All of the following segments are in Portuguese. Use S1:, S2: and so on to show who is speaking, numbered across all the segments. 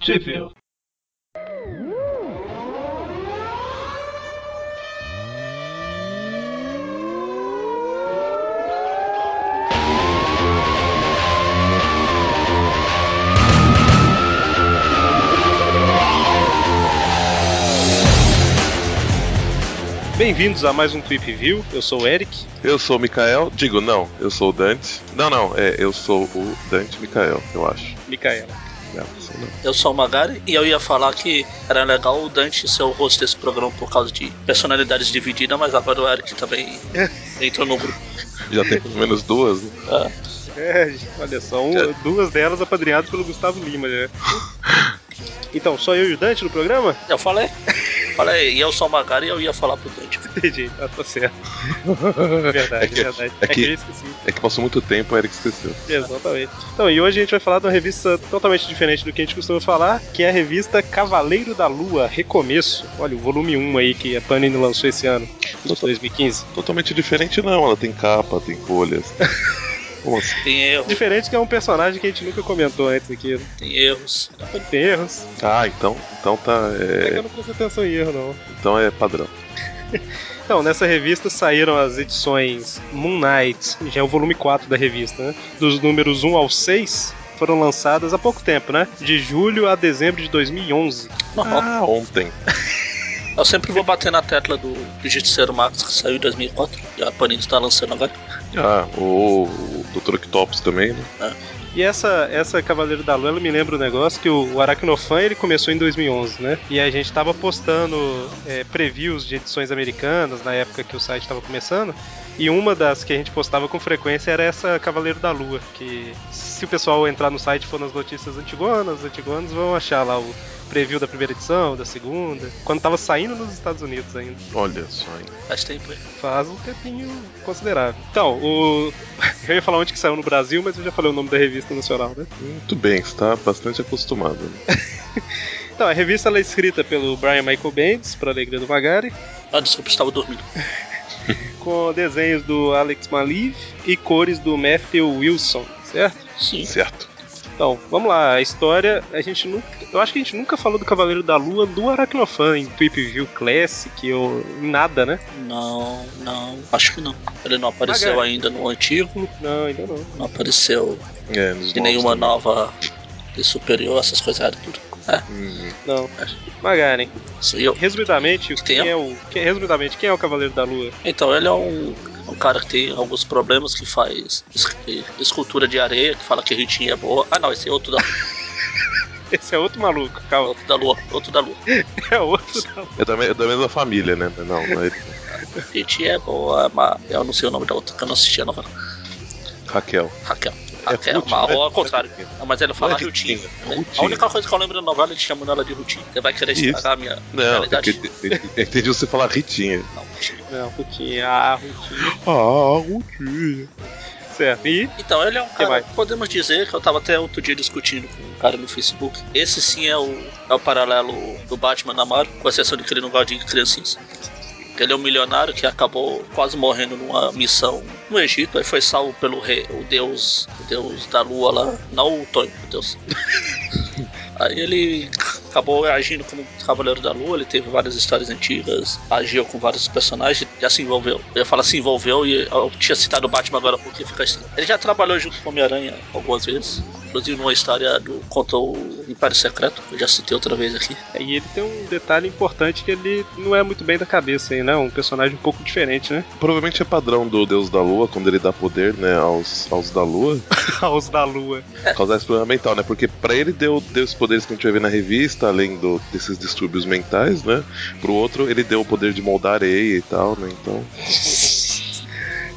S1: Civil. Bem-vindos a mais um Tweep View. Eu sou o Eric.
S2: Eu sou o Mikael. Digo, não, eu sou o Dante. Não, não, é, eu sou o Dante Mikael, eu acho.
S1: Micaela.
S2: Não, não sei não.
S3: Eu sou o Magari e eu ia falar que era legal o Dante ser o rosto desse programa por causa de personalidades divididas, mas agora o Eric também entrou no grupo.
S2: Já tem pelo menos duas, né?
S1: É, olha só, um- duas delas apadrinhadas pelo Gustavo Lima, né? Então, só eu e o Dante no programa?
S3: Eu falei? Falei, e eu sou o Magari e eu ia falar pro Dante.
S1: Entendi, ah, tá certo. Verdade,
S2: É que-
S1: verdade.
S2: é que-
S1: eu esqueci.
S2: É que passou muito tempo, o Eric esqueceu.
S1: Exatamente. Então, e hoje a gente vai falar de uma revista totalmente diferente do que a gente costuma falar, que é a revista Cavaleiro da Lua, Recomeço. Olha, o volume 1 aí que a Panini lançou esse ano, de 2015.
S2: Totalmente diferente, não. Ela tem capa, tem folhas. Como assim?
S3: Tem erros,
S1: Diferente que é um personagem que a gente nunca comentou antes aqui. né?
S3: tem erros.
S1: Tem erros.
S2: Ah, então, então tá.
S1: É que eu
S2: É,
S1: não prestei atenção em erro, não.
S2: então é padrão.
S1: Então, nessa revista saíram as edições Moon Knight, já é o volume 4 da revista, né? Dos números 1 ao 6 foram lançadas há pouco tempo, né? De julho a dezembro de 2011.
S3: Normal.
S2: Ah, ontem.
S3: Eu sempre vou bater na tecla do, do Justiceiro Max que saiu em 2004 e a Panini está lançando agora.
S2: Ah, o, o Dr. Octopus também, né?
S1: E essa, essa Cavaleiro da Lua, ela me lembra um negócio que o, o Aracnofan ele começou em 2011, né? E a gente tava postando é, previews de edições americanas na época que o site estava começando. E uma das que a gente postava com frequência era essa Cavaleiro da Lua, que se o pessoal entrar no site e for nas notícias antigonas, antigonas vão achar lá o preview da primeira edição, da segunda, quando tava saindo nos Estados Unidos ainda.
S2: Olha só, hein?
S3: Faz tempo, hein?
S1: Faz um tempinho considerável. Então, o... eu ia falar onde que saiu no Brasil, mas eu já falei o nome da revista nacional, né?
S2: Muito bem, você tá bastante acostumado. Né?
S1: Então, a revista ela é escrita pelo Brian Michael Bendis, para alegria do Magari,
S3: Ah, desculpa, estava dormindo.
S1: com desenhos do Alex Maliv e cores do Matthew Wilson, certo?
S3: Sim.
S2: Certo.
S1: Então, vamos lá, a história, a gente nunca, eu acho que a gente nunca falou do Cavaleiro da Lua do Aracnofan em Tweep View Classic ou em nada, né?
S3: Não, não, acho que não. Ele não apareceu
S1: Magari.
S3: ainda no antigo,
S1: Não, ainda não.
S3: não apareceu
S2: É, nos
S3: de
S2: novos
S3: nenhuma
S2: também.
S3: nova e superior, essas coisas erradas, tudo. É,
S2: Hum,
S1: Não. Magari,
S3: sou eu.
S1: resumidamente,
S3: Quem
S1: quem
S3: é?
S1: é o, quem- resumidamente, quem é o Cavaleiro da Lua?
S3: Então, ele é um, um cara que tem alguns problemas, que faz es- escultura de areia, que fala que Ritinha é boa. Ah, não, esse é outro da,
S1: Esse é outro maluco, calma.
S3: outro da lua, outro da lua.
S1: É outro.
S2: É da, me- é da mesma família, né? Não, não é
S3: Ritinha é boa, mas eu não sei o nome da outra, que eu não assisti a novela.
S2: Raquel.
S3: Raquel. Raquel,
S2: Ruth,
S3: mas
S2: né?
S3: ao contrário. Ah, Mas ele fala
S2: Não é Ritinha,
S3: Ritinha. né?
S2: Rutinha.
S3: A única coisa que eu lembro da novela, ele chamando ela de Ritinha. Você vai querer
S2: Isso.
S3: estragar a minha
S2: Não, eu
S3: realidade?
S2: entendi, eu entendi- eu entendi você falar Ritinha.
S3: Não, Ritinha.
S1: Não, Rutinha, ah, Rutinha.
S2: Ah, Ritinha.
S1: Certo. E
S3: Então, ele é um cara,
S1: mais?
S3: podemos dizer que eu tava até outro dia discutindo com um cara no Facebook. Esse sim é o, é o paralelo do Batman na Marvel, com exceção de que ele não gosta de criancinhas. Ele é um milionário que acabou quase morrendo numa missão no Egito, aí foi salvo pelo rei, o deus, o deus da lua lá, não o Tony, o deus. Aí ele acabou agindo como Cavaleiro da Lua, ele teve várias histórias antigas, agiu com vários personagens, já se envolveu. Eu ia falar se envolveu e eu tinha citado o Batman agora porque fica assim. Ele já trabalhou junto com o Homem-Aranha algumas vezes, inclusive numa história do contou o Império Secreto, que eu já citei outra vez aqui.
S1: E ele tem um detalhe importante que ele não é muito bem da cabeça, hein, né? Um personagem um pouco diferente, né?
S2: Provavelmente é padrão do Deus da Lua, quando ele dá poder, né, aos, aos da Lua,
S1: Caos da Lua.
S2: causar esse problema mental, né? Porque pra ele deu, deu esses poderes que a gente vai ver na revista, além do, desses distúrbios mentais, né? Pro outro, ele deu o poder de moldar areia e tal, né? Então.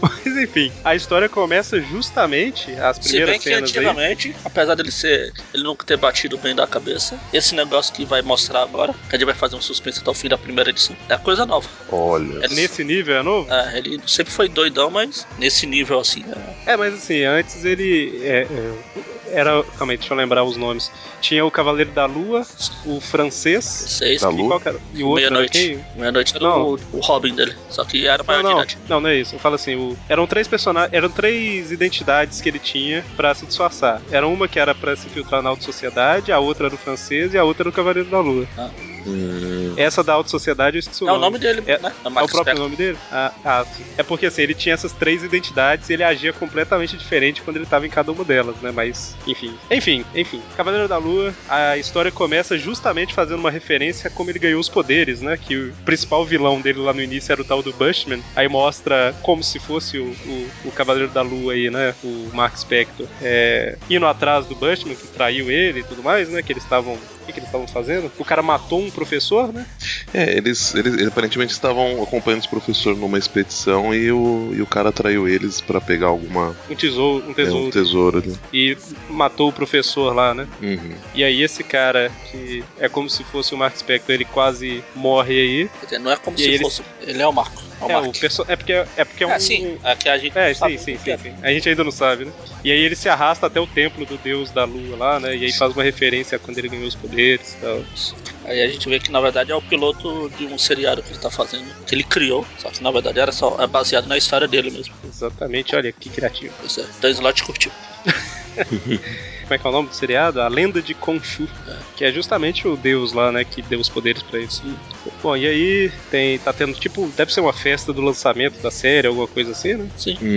S1: Mas enfim, a história começa justamente as
S3: Se bem
S1: primeiras
S3: que é
S1: cenas aí.
S3: antigamente, apesar dele ser. ele nunca ter batido bem da cabeça, esse negócio que vai mostrar agora, que a gente vai fazer um suspense até o fim da primeira edição, é coisa nova.
S2: Olha.
S3: Ele,
S1: Nesse nível é novo?
S3: é, ele sempre foi doidão, mas nesse nível assim, é,
S1: É, mas assim, antes ele. é, é, era. Calma aí, deixa eu lembrar os nomes. Tinha o Cavaleiro da Lua, o francês.
S3: Vocês,
S2: Da
S1: E
S2: Lua?
S1: qual que era? E o outro era
S3: meia-noite.
S1: quem?
S3: Meia-noite era
S1: Não.
S3: o, o Robin dele. Só que era maior
S1: Não,
S3: de
S1: não,
S3: idade.
S1: não, não é isso. Eu falo assim, o- eram três personagens, eram três identidades que ele tinha pra se disfarçar. Era uma que era pra se filtrar na alta sociedade, a outra era o francês e a outra era o Cavaleiro da Lua.
S2: Hum,
S1: Essa da alta sociedade eu esqueci o
S3: É o
S1: nome.
S3: nome dele,
S1: É-
S3: né?
S1: É
S3: É
S1: o
S3: Max
S1: próprio
S3: Beck.
S1: nome dele? Ah, ah, sim. é porque assim, ele tinha essas três identidades e ele agia completamente diferente quando ele tava em cada uma delas, né? Mas, enfim. Enfim, enfim. Cavaleiro da Lua, a história começa justamente fazendo uma referência a como ele ganhou os poderes, né? Que o principal vilão dele lá no início era o tal do Bushman. Aí mostra como se fosse o, o, o Cavaleiro da Lua aí, né? O Mark Spector. É, indo atrás do Bushman, que traiu ele e tudo mais, né? Que eles estavam. O que, que eles estavam fazendo? O cara matou um professor, né?
S2: É, eles, eles, eles aparentemente estavam acompanhando os professor numa expedição e o, e o cara atraiu eles pra pegar alguma
S1: Um tesouro. Um
S2: é,
S1: tesouro.
S2: um tesouro ali.
S1: e matou o professor lá, né?
S2: Uhum.
S1: E aí esse cara, que é como se fosse o Mark Spector, ele quase morre aí.
S3: Quer dizer, Não é como
S1: E aí
S3: se
S1: ele-
S3: fosse. Ele é o Marco. É o
S1: É,
S3: Mark.
S1: o perso- é porque é, porque é um...
S3: É, sim. Aqui a gente
S1: É,
S3: não
S1: sim,
S3: sabe
S1: sim,
S3: o que é.
S1: sim, sim. A gente ainda não sabe, né? E aí ele se arrasta até o templo do deus da lua lá, né? E aí faz uma referência a quando ele ganhou os poderes e tal.
S3: Aí a gente vê que na verdade é o piloto de um seriado que ele tá fazendo, que ele criou, só que na verdade era só é baseado na história dele mesmo.
S1: Exatamente, olha que criativo.
S3: Pois é, Dan Slott curtiu.
S1: Como é que é o nome do seriado? A Lenda de Khonshu, que é justamente o deus lá, né? Que deu os poderes pra eles. Bom, e aí tem, tá tendo tipo, deve ser uma festa do lançamento da série, alguma coisa assim, né?
S3: Sim,
S2: Uhum.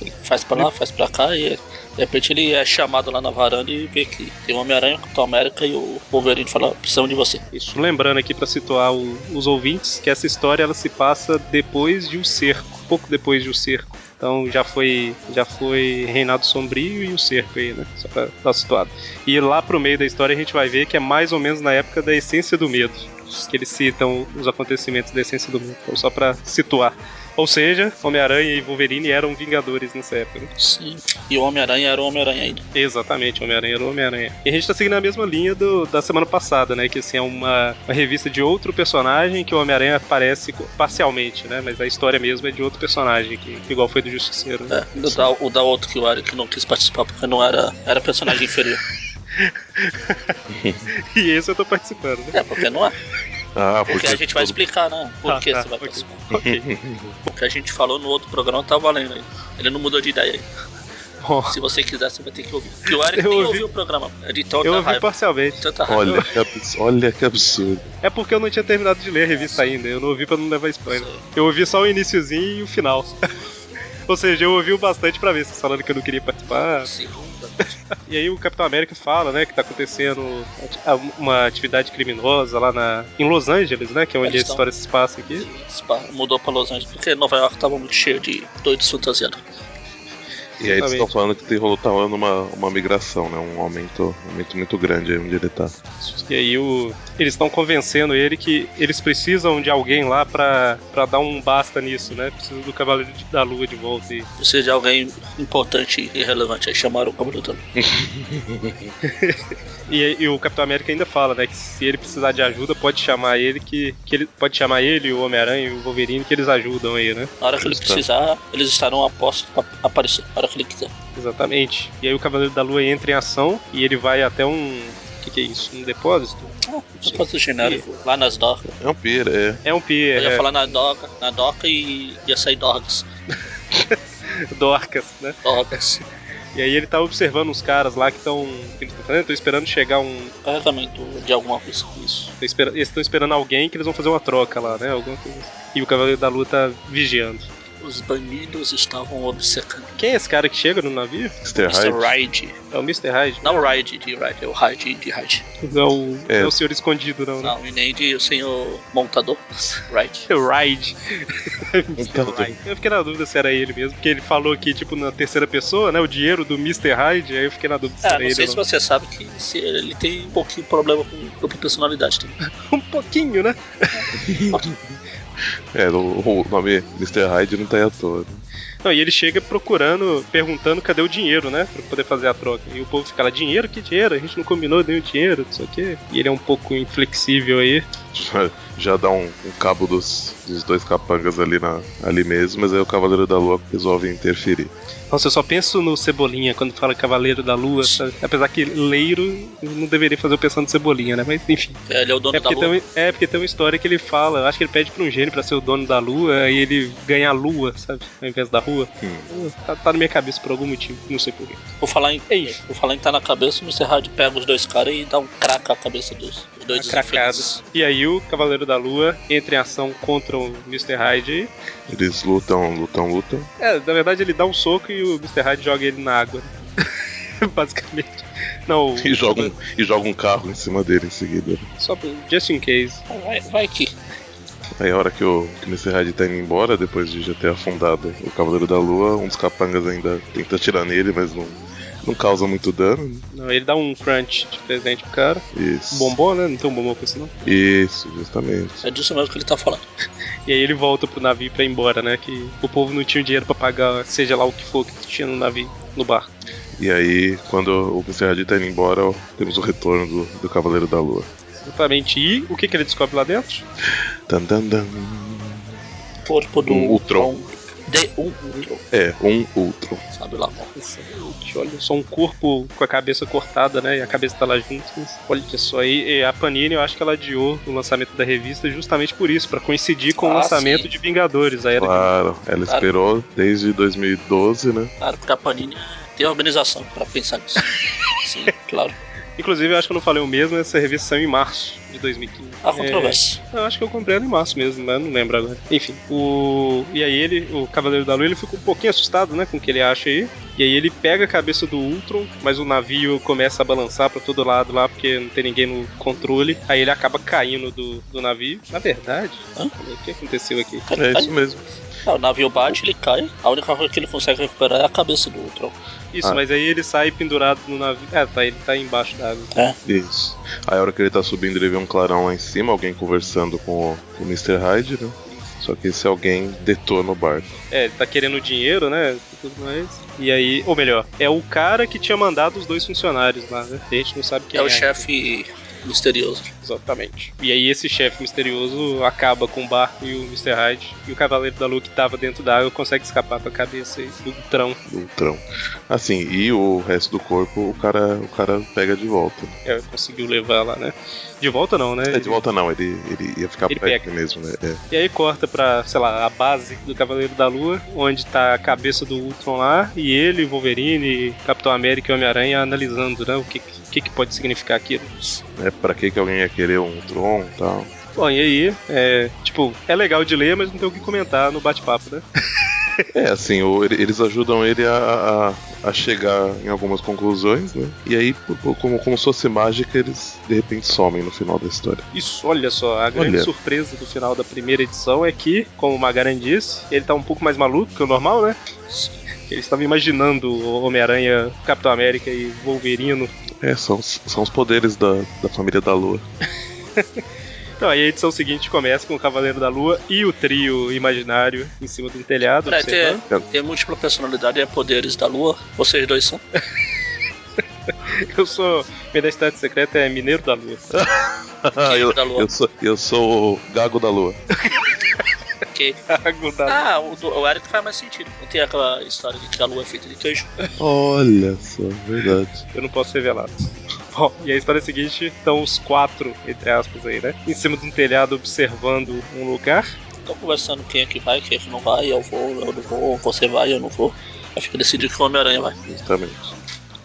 S3: ele faz pra lá, faz pra cá e de repente ele é chamado lá na varanda e vê que tem o Homem-Aranha, o Capitão América e o Wolverine fala, precisamos de você.
S1: Isso. Lembrando aqui para situar o- os ouvintes que essa história ela se passa depois de um cerco, pouco depois de um cerco. Então já foi já foi Reinado Sombrio e o cerco aí, né? Só pra estar situado. E lá pro meio da história a gente vai ver que é mais ou menos na época da Essência do Medo, que eles citam os acontecimentos da Essência do Medo. Então só pra situar. Ou seja, Homem-Aranha e Wolverine eram vingadores nessa época, né?
S3: Sim. E o Homem-Aranha era o Homem-Aranha ainda.
S1: Exatamente, Homem-Aranha era o Homem-Aranha. E a gente tá seguindo a mesma linha do- da semana passada, né? Que assim, é uma, uma revista de outro personagem que o Homem-Aranha aparece co- parcialmente, né? Mas a história mesmo é de outro personagem, que, igual foi do Justiceiro. Né?
S3: É, o da, o da outro que o Eric não quis participar porque não era, era personagem inferior.
S1: E esse eu tô participando, né?
S3: É, porque não é.
S2: Ah, porque,
S3: Porque a gente vai
S2: todo- Uhum.
S3: explicar, né?
S1: Tá,
S3: Por que
S1: tá,
S3: você vai
S1: ok.
S3: participar.
S1: ok.
S3: O que a gente falou no outro programa tá valendo aí. Ele não mudou de ideia aí.
S1: Bom,
S3: Se você quiser, você vai ter que ouvir. Porque o Eric
S1: Eu
S3: nem
S1: ouvi-
S3: ouviu o programa. É de tanta
S1: eu ouvi
S3: raiva.
S1: parcialmente.
S3: Tanta raiva.
S2: Olha que, abs- olha que absurdo.
S1: É porque eu não tinha terminado de ler a revista ainda. Eu não ouvi pra não levar spoiler. Eu ouvi só o iniciozinho e o final. Ou seja, eu ouvi o bastante pra ver se falando que eu não queria participar,
S3: Segunda.
S1: E aí o Capitão América fala, né, que tá acontecendo ati- a- uma atividade criminosa lá na, em Los Angeles, né, que é onde
S3: Eles
S1: essa
S3: tão-
S1: história se passa aqui.
S3: Spa Mudou pra Los Angeles porque Nova York tava muito cheio de né? doidos fantasiados.
S2: E aí eles
S1: Exatamente.
S2: estão falando que tem, tá rolando uma, uma migração, né? Um aumento, um aumento muito grande aí onde ele tá.
S1: E aí o, eles estão convencendo ele que eles precisam de alguém lá pra, pra dar um basta nisso, né, precisa do Cavaleiro de- da Lua de volta. E,
S3: Precisa de alguém importante e relevante. Aí chamaram o Cavaleiro da Lua.
S1: e, e o Capitão América ainda fala, né, que se ele precisar de ajuda pode chamar ele que, que ele pode chamar ele, o Homem-Aranha e o Wolverine que eles ajudam aí, né.
S3: Na hora que ele
S2: Justo.
S3: precisar, eles estarão a posto pra aparecer. Na hora que ele quiser.
S1: Exatamente. E aí o Cavaleiro da Lua entra em ação e ele vai até um o que, que é isso? Um depósito?
S3: Ah, depois do genérico. Lá nas docas.
S2: É um pira, é.
S1: É um pier,
S3: Eu ia
S1: é,
S3: falar na doca, na doca e ia sair dorgas.
S1: Dorcas, né?
S3: Dorgas.
S1: E aí ele tá observando os caras lá que estão. que eles estão fazendo, estão esperando chegar um.
S3: Carregamento de alguma coisa.
S1: Isso. tão espera- Eles estão esperando alguém que eles vão fazer uma troca lá, né? Alguma coisa assim. E o Cavaleiro da Lua tá vigiando.
S3: Os bandidos estavam obcecando.
S1: Quem é esse cara que chega no navio?
S2: Mr.
S3: Mr.
S2: Hyde.
S3: Ride.
S1: É o Mr. Hyde?
S3: Não Ride de Ride, é o Ride de Ride.
S1: Não é o,
S2: É.
S1: não é o senhor escondido, não, né?
S3: Não, e nem de o senhor montador. Ride.
S1: É o Hyde.
S2: Então,
S1: Mr. Hyde. Eu fiquei na dúvida se era ele mesmo, porque ele falou aqui, tipo, na terceira pessoa, né? O dinheiro do Mr. Hyde, aí eu fiquei na dúvida se
S3: É,
S1: era
S3: não
S1: ele
S3: sei
S1: ou
S3: se
S1: não.
S3: você sabe que se ele tem um pouquinho de problema com dupla personalidade tá? também.
S1: Um pouquinho, né?
S2: É, o, o nome Mr. Hyde não tá aí à toa. né?
S1: Não, e ele chega procurando, perguntando cadê o dinheiro, né? Pra poder fazer a troca. E o povo fica lá, dinheiro? Que dinheiro? A gente não combinou nenhum dinheiro, não sei o quê. E ele é um pouco inflexível aí.
S2: já dá um, um cabo dos, dos dois capangas ali, na, ali mesmo, mas aí o Cavaleiro da Lua resolve interferir.
S1: Nossa, eu só penso no Cebolinha quando fala Cavaleiro da Lua, sabe? Apesar que leiro eu não deveria fazer eu pensando no Cebolinha, né? Mas enfim.
S3: É, Ele é o dono
S1: É
S3: da
S1: porque, tem,
S3: lua.
S1: um- é porque tem uma história que ele fala, eu acho que ele pede pra um gênio pra ser o dono da lua e ele ganha a lua, sabe? Ao invés da rua.
S3: Hum.
S1: Tá, tá na minha cabeça por algum motivo, não sei porquê.
S3: Vou falar em.
S1: Ei.
S3: Vou falar em tá na cabeça, o Mr. Hyde pega os dois caras e dá um craca à cabeça dos dos dois desinfelizes.
S1: Cracadas. E aí o Cavaleiro da Lua entra em ação contra o Mr. Hyde.
S2: Eles lutam, lutam, lutam.
S1: É, na verdade ele dá um soco e o Mr. Hyde joga ele na água. Basicamente. Não,
S2: E joga, um, e joga um carro em cima dele em seguida.
S1: só pra- just in case.
S3: Vai, vai que.
S2: Aí a hora que o, que o Mr. Hyde tá indo embora, depois de já ter afundado o Cavaleiro da Lua, um dos capangas ainda tenta atirar nele, mas não, não causa muito dano. né?
S1: Não, ele dá um crunch de presente pro cara.
S2: Isso.
S1: Um bombom, né? Não tem um bombom com isso não.
S2: Isso, justamente.
S3: É disso mesmo que ele tá falando.
S1: E aí ele volta pro navio pra ir embora, né? Que o povo não tinha dinheiro pra pagar, seja lá o que for que tinha no navio, no barco.
S2: E aí, quando o Mr. Hyde tá indo embora, ó, temos o retorno do, do Cavaleiro da Lua.
S1: Exatamente. E o que, que ele descobre lá dentro?
S2: Tan, tan, tan.
S3: Corpo do.
S2: Um Ultron.
S3: De um Ultron,
S2: É, um Ultron.
S3: sabe lá.
S1: Gente, Olha só um corpo com a cabeça cortada, né? E a cabeça tá lá junto. Olha só aí. E a Panini, eu acho que ela adiou o lançamento da revista justamente por isso, pra coincidir com o
S3: Ah,
S1: lançamento
S3: sim.
S1: de Vingadores. Aí era
S2: Claro, ela esperou desde 2012, né?
S3: Claro, porque a Panini tem organização pra pensar nisso. Sim, claro.
S1: Inclusive, eu acho que eu não falei o mesmo, essa revista saiu em março de 2015.
S3: Há
S1: É,
S3: controvérsia.
S1: Eu acho que eu comprei ela em março mesmo, mas eu não lembro agora. Enfim, o. E aí ele, o Cavaleiro da Lua, ele fica um pouquinho assustado, né, com o que ele acha aí. E aí ele pega a cabeça do Ultron, mas o navio começa a balançar pra todo lado lá, porque não tem ninguém no controle. Aí ele acaba caindo do, do navio. Na verdade,
S3: Hã?
S1: o que aconteceu aqui?
S3: Cara,
S2: É
S3: cai.
S2: isso mesmo.
S3: Ah, o navio bate, ele cai. A única coisa que ele consegue recuperar é a cabeça do Ultron.
S1: Isso,
S2: Ah.
S1: mas aí ele sai pendurado no navio. Ah, tá, ele tá embaixo da água.
S3: É.
S2: Isso. Aí a hora que ele tá subindo, ele vê um clarão lá em cima, alguém conversando com o, com o Mr. Hyde, né? Só que esse alguém detona o barco.
S1: É, ele tá querendo dinheiro, né? e Tudo mais. E aí, ou melhor, é o cara que tinha mandado os dois funcionários lá, né? A gente não sabe
S3: Que
S1: quem
S3: é
S1: é.
S3: o chefe misterioso.
S1: Exatamente. E aí esse chefe misterioso acaba com o barco e o Mr. Hyde. E o Cavaleiro da Lua que tava dentro da água consegue escapar com a cabeça aí do trão.
S2: Ultrão. Assim, e o resto do corpo, o cara, o cara pega de volta. né?
S1: É, conseguiu levar lá, né? De volta não, né?
S2: É, de volta não, ele, ele ia ficar
S1: Ele
S2: perto
S1: pega.
S2: mesmo, né? É.
S1: E aí corta pra, sei lá, a base do Cavaleiro da Lua, onde tá a cabeça do Ultron lá, e ele, Wolverine, Capitão América e Homem-Aranha analisando, né? O que, que, que pode significar aquilo.
S2: Né? Pra que que alguém ia querer um Ultron e tal?
S1: Bom, e aí, é, tipo, é legal de ler, mas não tem o que comentar no bate-papo, né?
S2: É, assim, o- ele- eles ajudam ele a, a, a chegar em algumas conclusões, né? E aí, por- por- como, como se fosse mágica, eles de repente somem no final da história.
S1: Isso, olha só, a grande
S2: Olha.
S1: surpresa do final da primeira edição é que, como o Magaran disse, ele tá um pouco mais maluco que o normal, né? Ele estava imaginando o Homem-Aranha, o Capitão América e o Wolverino.
S2: É, são, os- são os poderes da, da família da Lua.
S1: Então, aí a edição seguinte começa com o Cavaleiro da Lua e o trio imaginário em cima de um telhado.
S3: Peraí,
S1: observando.
S3: É, tem, tem múltipla personalidade e poderes da lua. Vocês dois são.
S1: Eu sou. Minha identidade secreta é Mineiro da Lua.
S2: Ah, eu,
S3: da Lua.
S2: eu sou, eu sou o Gago da Lua.
S3: Porque...
S1: Água da Lua.
S3: Ah, o, do, o Eric faz mais sentido. Não tem aquela história de que a lua é feita de queijo.
S2: Olha só, verdade.
S1: Eu não posso revelar. Bom, e a história seguinte estão os quatro, entre aspas, aí, né? Em cima de um telhado observando um lugar.
S3: Estão conversando quem é que vai, quem é que não vai. Eu vou, eu não vou. Você vai, eu não vou. Aí fica decidido que o Homem-Aranha vai.
S2: Justamente.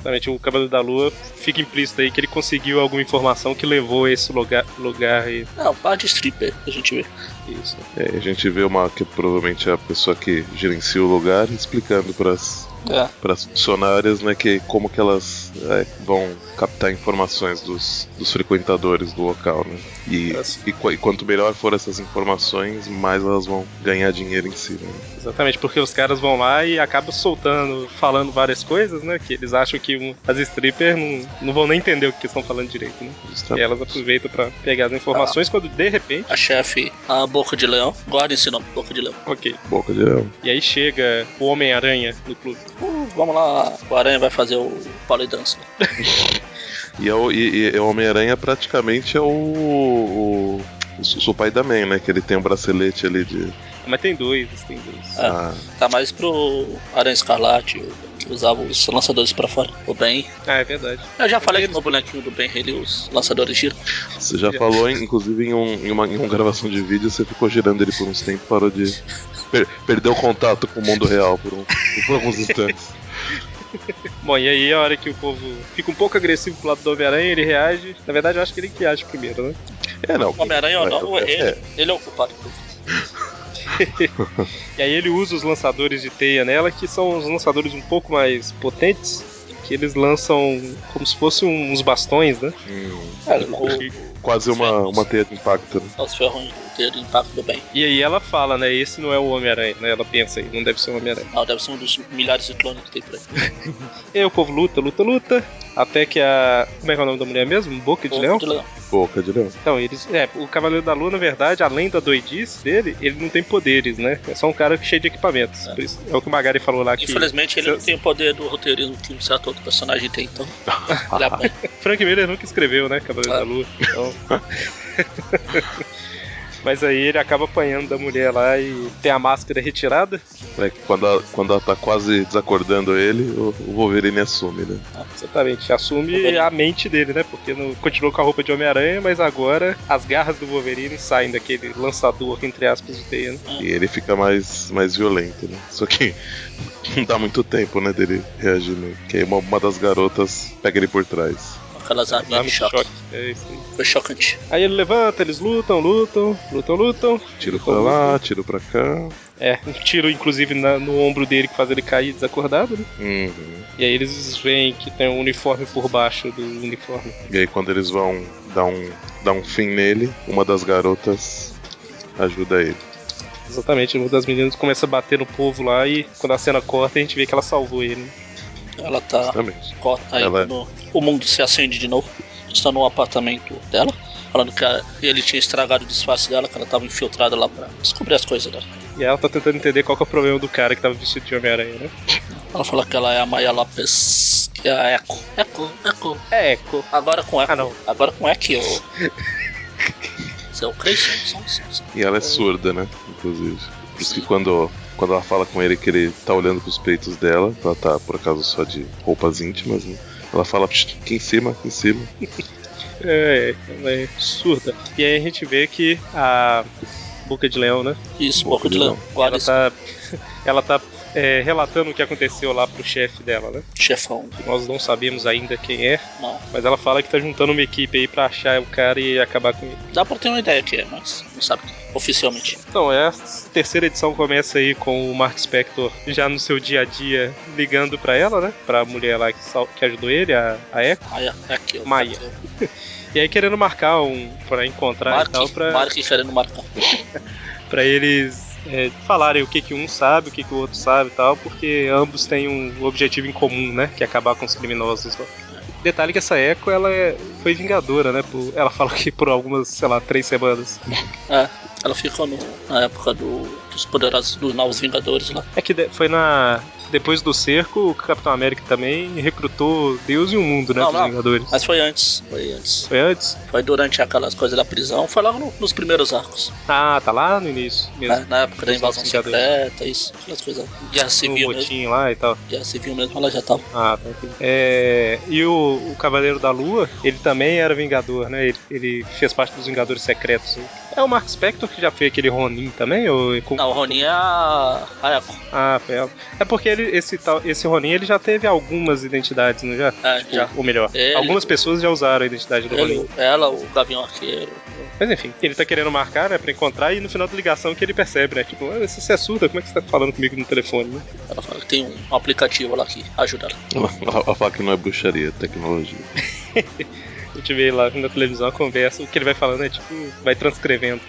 S1: Exatamente, o Cavaleiro da Lua fica implícito aí que ele conseguiu alguma informação que levou a esse lugar, lugar aí.
S3: Ah, o par de stripper que a gente vê.
S1: Isso.
S2: É, a gente vê uma que provavelmente é a pessoa que gerencia o lugar explicando pras
S3: É.
S2: para as funcionárias, né, que como que elas é, vão captar informações dos, dos frequentadores do local, né? E,
S1: Assim.
S2: e, qua- e quanto melhor for essas informações, mais elas vão ganhar dinheiro em si, né?
S1: Exatamente, porque os caras vão lá e acabam soltando, falando várias coisas, né? Que eles acham que um- as strippers não, não vão nem entender o que estão falando direito, né? E
S2: Justamente.
S1: elas aproveitam pra pegar as informações quando de repente.
S3: A chefe, a Boca de Leão. Guardem esse nome, Boca de Leão.
S1: Ok.
S2: Boca de leão.
S1: E aí chega o Homem-Aranha no clube.
S3: Uh, vamos lá, o Aranha vai fazer o pole dance. lá.
S2: E, é o, e, e é o Homem-Aranha praticamente é o, o o su- Supai da Man, né? Que ele tem um bracelete ali de.
S1: Ah, Mas tem dois, tem dois.
S3: É.
S2: Ah,
S3: Tá mais pro Aranha Escarlate, o- que usava os lançadores pra fora. O Ben.
S1: Ah, é verdade.
S3: Eu já falei que no bonequinho do Ben ele os lançadores giram.
S2: você já falou, em- inclusive, em, um- em uma, em uma gravação de vídeo, você ficou girando ele por uns tempos, parou de. per- perdeu o contato com o mundo real por, um- por alguns instantes.
S1: Bom, e aí a hora que o povo fica um pouco agressivo pro lado do Homem-Aranha, ele reage. Na verdade, eu acho que ele que age primeiro, né?
S2: É, não.
S3: Homem-Aranha ou não,
S2: é,
S3: ele, ele é o culpado.
S1: E aí ele usa os lançadores de teia nela, que são os lançadores um pouco mais potentes, que eles lançam como se fossem uns bastões, né?
S2: hum,
S3: Cara, o,
S2: quase uma, uma teia de impacto. né?
S3: os ferrões do ter impacto do Ben.
S1: E aí ela fala, né? Esse não é o Homem-Aranha, né? Ela pensa aí, não deve ser o Homem-Aranha.
S3: Não, deve ser um dos milhares de clones que tem por aí.
S1: E aí o povo luta, luta, luta. Até que a. Como é que é o nome da mulher mesmo? Boca de Leão?
S3: De leão.
S2: Boca de leão.
S1: Então, eles. É, o Cavaleiro da Lua, na verdade, além da doidice dele, ele não tem poderes, né? É só um cara cheio de equipamentos.
S3: É.
S1: Por isso- É o que o Magari falou lá que.
S3: Infelizmente ele
S1: se-
S3: não tem o poder do roteirismo que um certo outro personagem tem, então. Ele apanha.
S1: Frank Miller nunca escreveu, né? Cavaleiro
S3: Ah.
S1: da Lua. Então... Mas aí ele acaba apanhando da mulher lá e tem a máscara retirada.
S2: É que quando, ela- quando ela tá quase desacordando ele, o, o Wolverine assume, né?
S1: Exatamente. Assume
S3: Wolverine.
S1: a mente dele, né? Porque no... continuou com a roupa de Homem-Aranha, mas agora as garras do Wolverine saem daquele lançador, entre aspas, de teia. né?
S2: E ele fica mais, mais violento, né? Só que não dá muito tempo, né, dele reagir, né? Que aí uma, uma das garotas pega ele por trás.
S3: Aquelas
S1: Dá
S3: arminhas de
S1: muito
S3: choque.
S1: choque. É isso aí.
S3: Foi chocante.
S1: Aí ele levanta, eles lutam, lutam, lutam, lutam.
S2: Tiro pra lá, tiro pra cá.
S1: É, um tiro, inclusive, na- no ombro dele que faz ele cair desacordado, né?
S2: Uhum.
S1: E aí eles veem que tem um uniforme por baixo do uniforme.
S2: E aí quando eles vão dar um, dar um fim nele, uma das garotas ajuda ele.
S1: Exatamente, uma das meninas começa a bater no povo lá e quando a cena corta a gente vê que ela salvou ele.
S3: Ela tá.
S2: Exatamente.
S3: corta aí
S2: Ela-
S3: quando o mundo se acende de novo. Está no apartamento dela, falando que a- ele tinha estragado o disfarce dela, que ela estava infiltrada lá pra descobrir as coisas dela.
S1: E ela tá tentando entender qual que é o problema do cara que tava vestido de Homem-Aranha, né?
S3: Ela fala que ela é a Maya Lopes, que é a Echo. Echo, Echo.
S1: É Echo.
S3: Agora com Echo.
S1: Ah, não.
S3: Agora com Echo. Seu um Creyson, Simpson.
S2: E ela é surda, né? Inclusive. Por isso que quando, quando ela fala com ele que ele tá olhando pros peitos dela, ela tá por acaso só de roupas íntimas, né? Ela fala, "Psh, aqui em cima, aqui em cima.
S1: É, ela é surda. E aí a gente vê que a Boca de Leão, né?
S3: Isso, boca de leão.
S1: Ela
S3: Guarda
S1: tá.
S3: esse
S1: Ela tá é, relatando o que aconteceu lá pro chefe dela, né?
S3: chefão.
S1: Nós não sabemos ainda quem é,
S3: Não.
S1: mas ela fala que tá juntando uma equipe aí pra achar o cara e acabar com ele.
S3: Dá pra ter uma ideia que é, mas não sabe quem. é, Oficialmente.
S1: Então, é a terceira edição começa aí com o Mark Spector já no seu dia a dia ligando pra ela, né? Pra mulher lá que, sal- que ajudou ele, a, a Echo.
S3: Maya, Echo.
S1: Maya. E aí querendo marcar um. pra encontrar e tal,
S3: Mark,
S1: pra,
S3: Mark querendo marcar.
S1: pra eles é, falarem o que, que um sabe, o que, que o outro sabe e tal, porque ambos têm um objetivo em comum, né? Que é acabar com os criminosos lá. Detalhe que essa Echo, ela é- foi vingadora, né? por- ela fala que por algumas, sei lá, três semanas.
S3: É, ela ficou no, na época do- dos poderosos, dos Novos Vingadores lá.
S1: É que de- foi na. Depois do cerco, o Capitão América também recrutou Deus e o mundo, né?
S3: Não,
S1: dos
S3: não.
S1: Vingadores.
S3: Mas foi antes, foi antes.
S1: Foi antes?
S3: Foi durante aquelas coisas da prisão, foi logo no- nos primeiros arcos.
S1: Ah, tá lá no início mesmo.
S3: né? Na época da
S1: Os Novos
S3: invasão
S1: Vingadores.
S3: secreta, isso, aquelas coisas. Guerra
S1: No
S3: civil mesmo.
S1: motim lá e tal.
S3: Guerra civil mesmo, ela já tava.
S1: Ah, tá entendi. É, e o, o Cavaleiro da Lua, ele também era Vingador, né? Ele, ele fez parte dos Vingadores Secretos. né? É o Mark Spector que já fez aquele Ronin também? Ou... com-
S3: Não, o Ronin é a. a Echo.
S1: Ah, foi ela. É porque ele, esse, tal, esse Ronin ele já teve algumas identidades, não já?
S3: É, já.
S1: Ou melhor,
S3: Ele-
S1: algumas pessoas já usaram a identidade do Ronin.
S3: Ele, ela, o Gavião Arqueiro.
S1: Mas enfim, ele tá querendo marcar, né, pra encontrar, e no final da ligação que ele percebe, né, tipo, "Ah, se você é surda, como é que você tá falando comigo no telefone, né?
S3: Ela fala que tem um aplicativo lá que ajuda ela.
S2: Ela, ela- ela fala que não é bruxaria, é tecnologia.
S1: A gente vê lá na televisão a conversa, o que ele vai falando é, tipo, vai transcrevendo.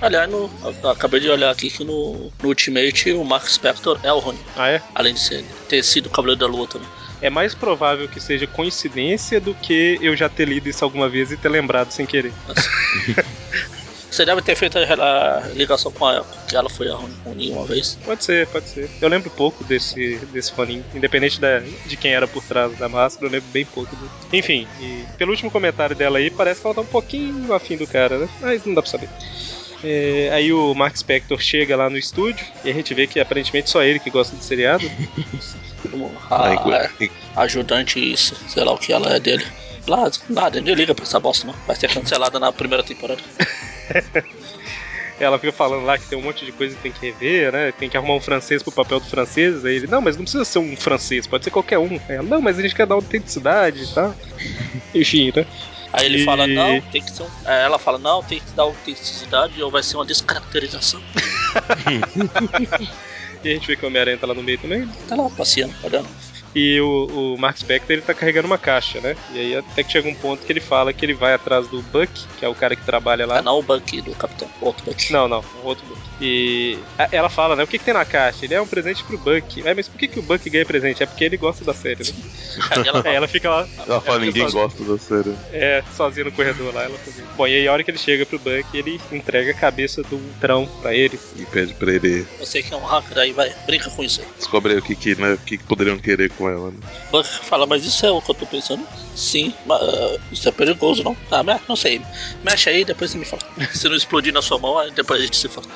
S3: Aliás, no, eu acabei de olhar aqui que no, no Ultimate o Mark Spector é o Ronin.
S1: Ah, é?
S3: Além de ser, ter sido o Cavaleiro da Lua também.
S1: É mais provável que seja coincidência do que eu já ter lido isso alguma vez e ter lembrado sem querer.
S3: Você deve ter feito a a ligação com ela, que ela foi a Ronin uma vez.
S1: Pode ser, pode ser. Eu lembro pouco desse, desse paninho, independente da, de quem era por trás da máscara, eu lembro bem pouco. dele. Enfim, e pelo último comentário dela aí, parece que ela tá um pouquinho afim do cara, né? Mas não dá pra saber. É, aí o Mark Spector chega lá no estúdio e a gente vê que aparentemente só ele que gosta de seriado.
S3: Como
S2: Ah,
S3: A,
S2: enqu-
S3: a é, ajudante, isso, sei lá o que ela é dele. Lá, nada, nem liga pra essa bosta, não. Vai ser cancelada na primeira temporada.
S1: Ela fica falando lá que tem um monte de coisa que tem que rever, né? Tem que arrumar um francês pro papel do francês. Aí ele, não, mas não precisa ser um francês, pode ser qualquer um. Aí Ela, não, mas a gente quer dar autenticidade e tal. Enfim, né?
S3: Aí ele
S1: E-
S3: fala, não, tem que ser um... é, Ela fala, não, tem que dar autenticidade ou vai ser uma descaracterização.
S1: E a gente vê que o Homem-Aranha tá lá no meio também.
S3: Tá lá, passeando, olhando.
S1: E o, o Mark Spector ele tá carregando uma caixa, né? E aí até que chega um ponto que ele fala que ele vai atrás do Buck, que é o cara que trabalha lá.
S3: Ah, não, o Bucky do Capitão, o outro Bucky.
S1: Não, não, um outro Buck. E a- ela fala, né? O que, que tem na caixa? Ele é um presente pro Buck. É, mas por que, que o Buck ganha presente? É porque ele gosta da série, né?
S3: Aí ela
S1: Aí
S3: fala,
S1: ela fica lá.
S2: Ela fala,
S1: fica
S2: ninguém
S1: sozinha-
S2: gosta da série.
S1: É, sozinha no corredor lá. Ela também. Bom, e aí a hora que ele chega pro Buck, ele entrega a cabeça do Ultrão pra ele.
S2: E pede pra ele.
S3: você que é um hacker, aí vai, brinca com isso aí.
S2: Descobre aí o que, que, né, o que, que poderiam querer com ela, né?
S3: Buck fala, mas isso é o que eu tô pensando? Sim, mas ah, isso é perigoso, não? Ah, me- não sei. Mexe aí, depois você me fala. Se não explodir na sua mão, aí depois a gente se fala.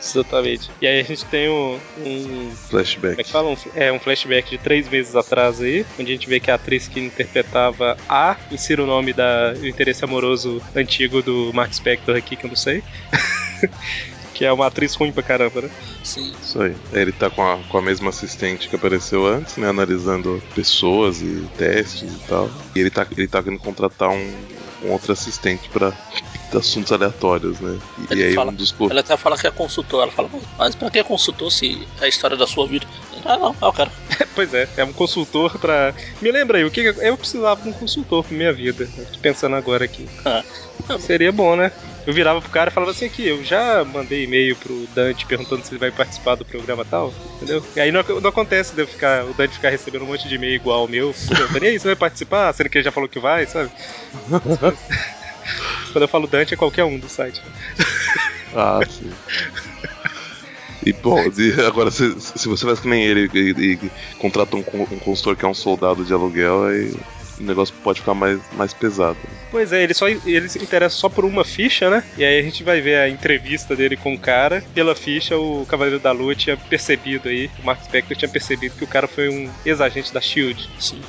S1: Exatamente. E aí a gente tem um- um Como é
S2: Flashback.
S1: que fala? Um, é um flashback de três meses atrás aí, onde a gente vê que a atriz que interpretava a, insira o nome da, do interesse amoroso antigo do Mark Spector aqui, que eu não sei. que é uma atriz ruim pra caramba, né?
S3: Sim.
S2: Isso aí. Aí Ele tá com a, com a mesma assistente que apareceu antes, né? Analisando pessoas e testes e tal. E ele tá, ele tá querendo contratar um, um outro assistente pra assuntos aleatórios, né? E,
S3: Ele
S2: e aí
S3: fala-
S2: um dos. co-
S3: Ela até fala que é consultor. Ela fala, mas pra que consultor se é a história da sua vida? Ah, não, eu quero.
S1: pois é, é um consultor pra. Me lembra aí, o que que eu eu precisava de um consultor pra minha vida. Eu tô pensando agora aqui.
S3: Ah.
S1: Seria bom, né? Eu virava pro cara e falava assim aqui, eu já mandei e-mail pro Dante perguntando se ele vai participar do programa tal, entendeu? E aí não, ac- não acontece de eu ficar, o Dante ficar recebendo um monte de e-mail igual ao meu. Eu falei, e aí, você vai participar? Sendo que ele já falou que vai, sabe? Quando eu falo Dante é qualquer um do site.
S2: Ah, sim. E bom, de- agora se, se você faz que nem ele e, e contrata um, con- um consultor que é um soldado de aluguel, aí o negócio pode ficar mais, mais pesado.
S1: Pois é, ele só ele se interessa só por uma ficha, né? E aí a gente vai ver a entrevista dele com o cara. Pela ficha, o Cavaleiro da Lua tinha percebido aí, o Mark Spector tinha percebido que o cara foi um ex-agente da SHIELD.
S3: Sim.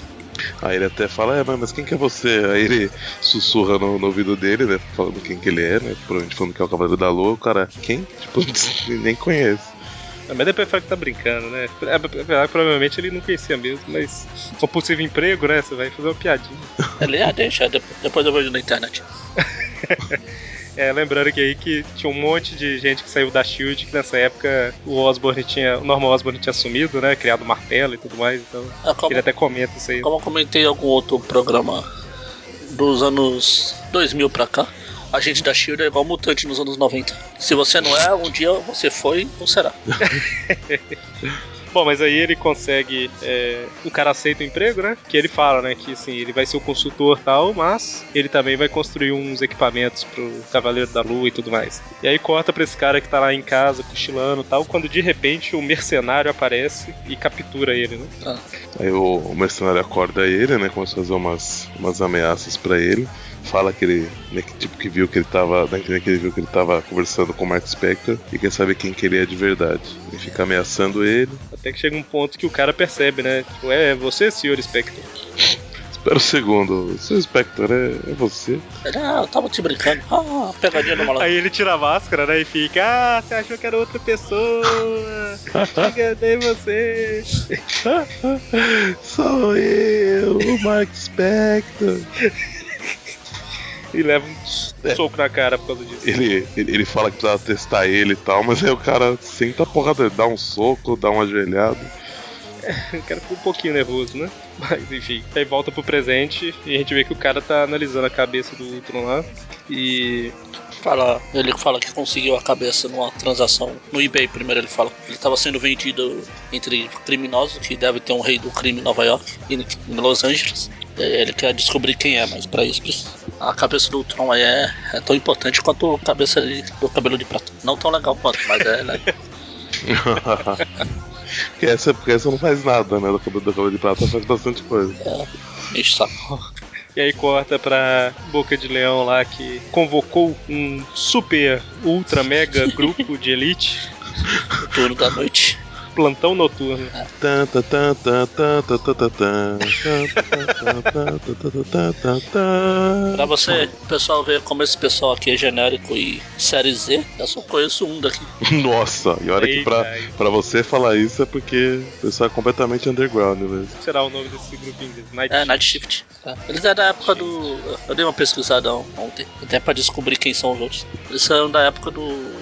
S2: Aí ele até fala, é, mas- mas quem que é você? Aí ele sussurra no, no ouvido dele, né? Falando quem que ele é, né? Provavelmente falando que é o Cavaleiro da Lua, o cara, quem? Tipo, nem conhece.
S1: Ah, Mas depois fala que tá brincando, né? É, é, é, Provavelmente ele não conhecia mesmo, mas um possível emprego, né? Você vai fazer uma piadinha.
S3: Ele, ah, deixa, de- depois eu vejo na internet.
S1: É, lembrando que aí que tinha um monte de gente que saiu da Shield, que nessa época o Osborne tinha. O Norman Osborne tinha assumido, né? Criado martelo e tudo mais, então.
S3: Ah, como,
S1: Ele até comenta isso aí. né?
S3: como eu comentei em algum outro programa dos anos 2000 pra cá, a gente da Shield é igual mutante nos anos 90. Se você não é, um dia você foi ou será.
S1: Bom, mas aí ele consegue. é, o cara aceita o emprego, né? Que ele fala, né? Que assim, ele vai ser o consultor e tal, mas ele também vai construir uns equipamentos pro Cavaleiro da Lua e tudo mais. E aí corta pra esse cara que tá lá em casa, cochilando e tal, quando de repente o mercenário aparece e captura ele, né?
S3: Ah,
S2: Aí o, o mercenário acorda ele, né? Começa a fazer umas, umas ameaças pra ele. Fala que ele, né, que, tipo, que viu que ele tava. Dá a entender que ele viu que ele tava conversando com o Mark Spector e quer saber quem que ele é de verdade. Ele fica ameaçando ele.
S1: Até que chega um ponto que o cara percebe, né? Tipo, é você, senhor Spectre.
S2: Espera um segundo, seu Spector, é, é você?
S3: ele, ah, eu tava te brincando. Ah, pegadinha do malandro.
S1: Aí ele tira a máscara, né? E fica, ah, você achou que era outra pessoa?
S2: Ah.
S1: Enganei você.
S2: Sou eu, o Mark Spector.
S1: E leva um soco na cara por causa disso.
S2: Ele, ele, ele fala que precisava testar ele e tal, mas aí o cara senta a porrada, dá um soco, dá uma ajoelhada.
S1: O cara ficou um pouquinho nervoso, né? Mas enfim. Aí volta pro presente e a gente vê que o cara tá analisando a cabeça do Ultron lá. E.
S3: Fala, ele fala que conseguiu a cabeça numa transação no eBay primeiro ele fala. Ele estava sendo vendido entre criminosos que deve ter um rei do crime em Nova York e em Los Angeles. Ele quer descobrir quem é, mas pra isso precisa- a cabeça do Ultron aí é, é tão importante quanto a cabeça de- do cabelo de prata. Não tão legal quanto, mas é legal.
S2: Porque essa, porque essa não faz nada, né? Do cabelo, do cabelo de prata faz bastante coisa.
S3: Enche o saco.
S1: E aí corta pra Boca de Leão lá que convocou um super, ultra, mega grupo de elite,
S3: Turno da noite.
S1: plantão noturno.
S2: Tan, tan, tan, tan, tan, tan, tan, tan, tan, tan, tan, tan, tan, tan, tan, tan.
S3: Pra você, pessoal, ver como esse pessoal aqui é genérico e série Z, eu só conheço um daqui.
S2: Nossa, e olha que pra,
S1: Eita,
S2: pra você falar isso é porque o pessoal é completamente underground mesmo.
S1: será o nome desse grupinho? desse Night
S3: É, Night Shift. tá? Eles é da época do. Eu dei uma pesquisada ontem, até pra descobrir quem são os outros. Eles são da época do.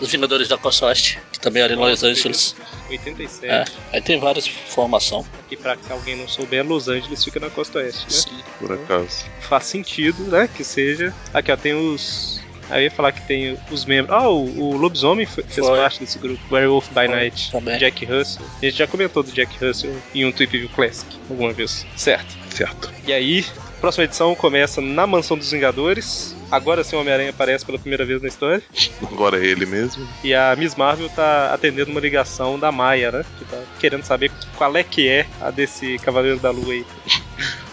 S3: Dos Vingadores da Costa Oeste, que também era em Los Angeles.
S1: 87.
S3: É, aí tem várias formação.
S1: E pra que alguém não souber, Los Angeles fica na costa oeste, né?
S3: Sim.
S2: Por acaso.
S1: Faz sentido, né? Que seja. Aqui, ó, tem os. Aí eu ia falar que tem os membros. Ah, o, o Lobisomem fe- fez
S3: Foi.
S1: parte desse grupo. Werewolf by Night.
S3: também.
S1: Jack Russell. A gente já comentou do Jack Russell em um Tweep View Classic alguma vez. Certo.
S2: Certo.
S1: E aí, próxima edição começa na Mansão dos Vingadores. Agora sim o Homem-Aranha aparece pela primeira vez na história.
S2: Agora é ele mesmo.
S1: E a Miss Marvel tá atendendo uma ligação da Maia, né? Que tá querendo saber qual é que é a desse Cavaleiro da Lua aí.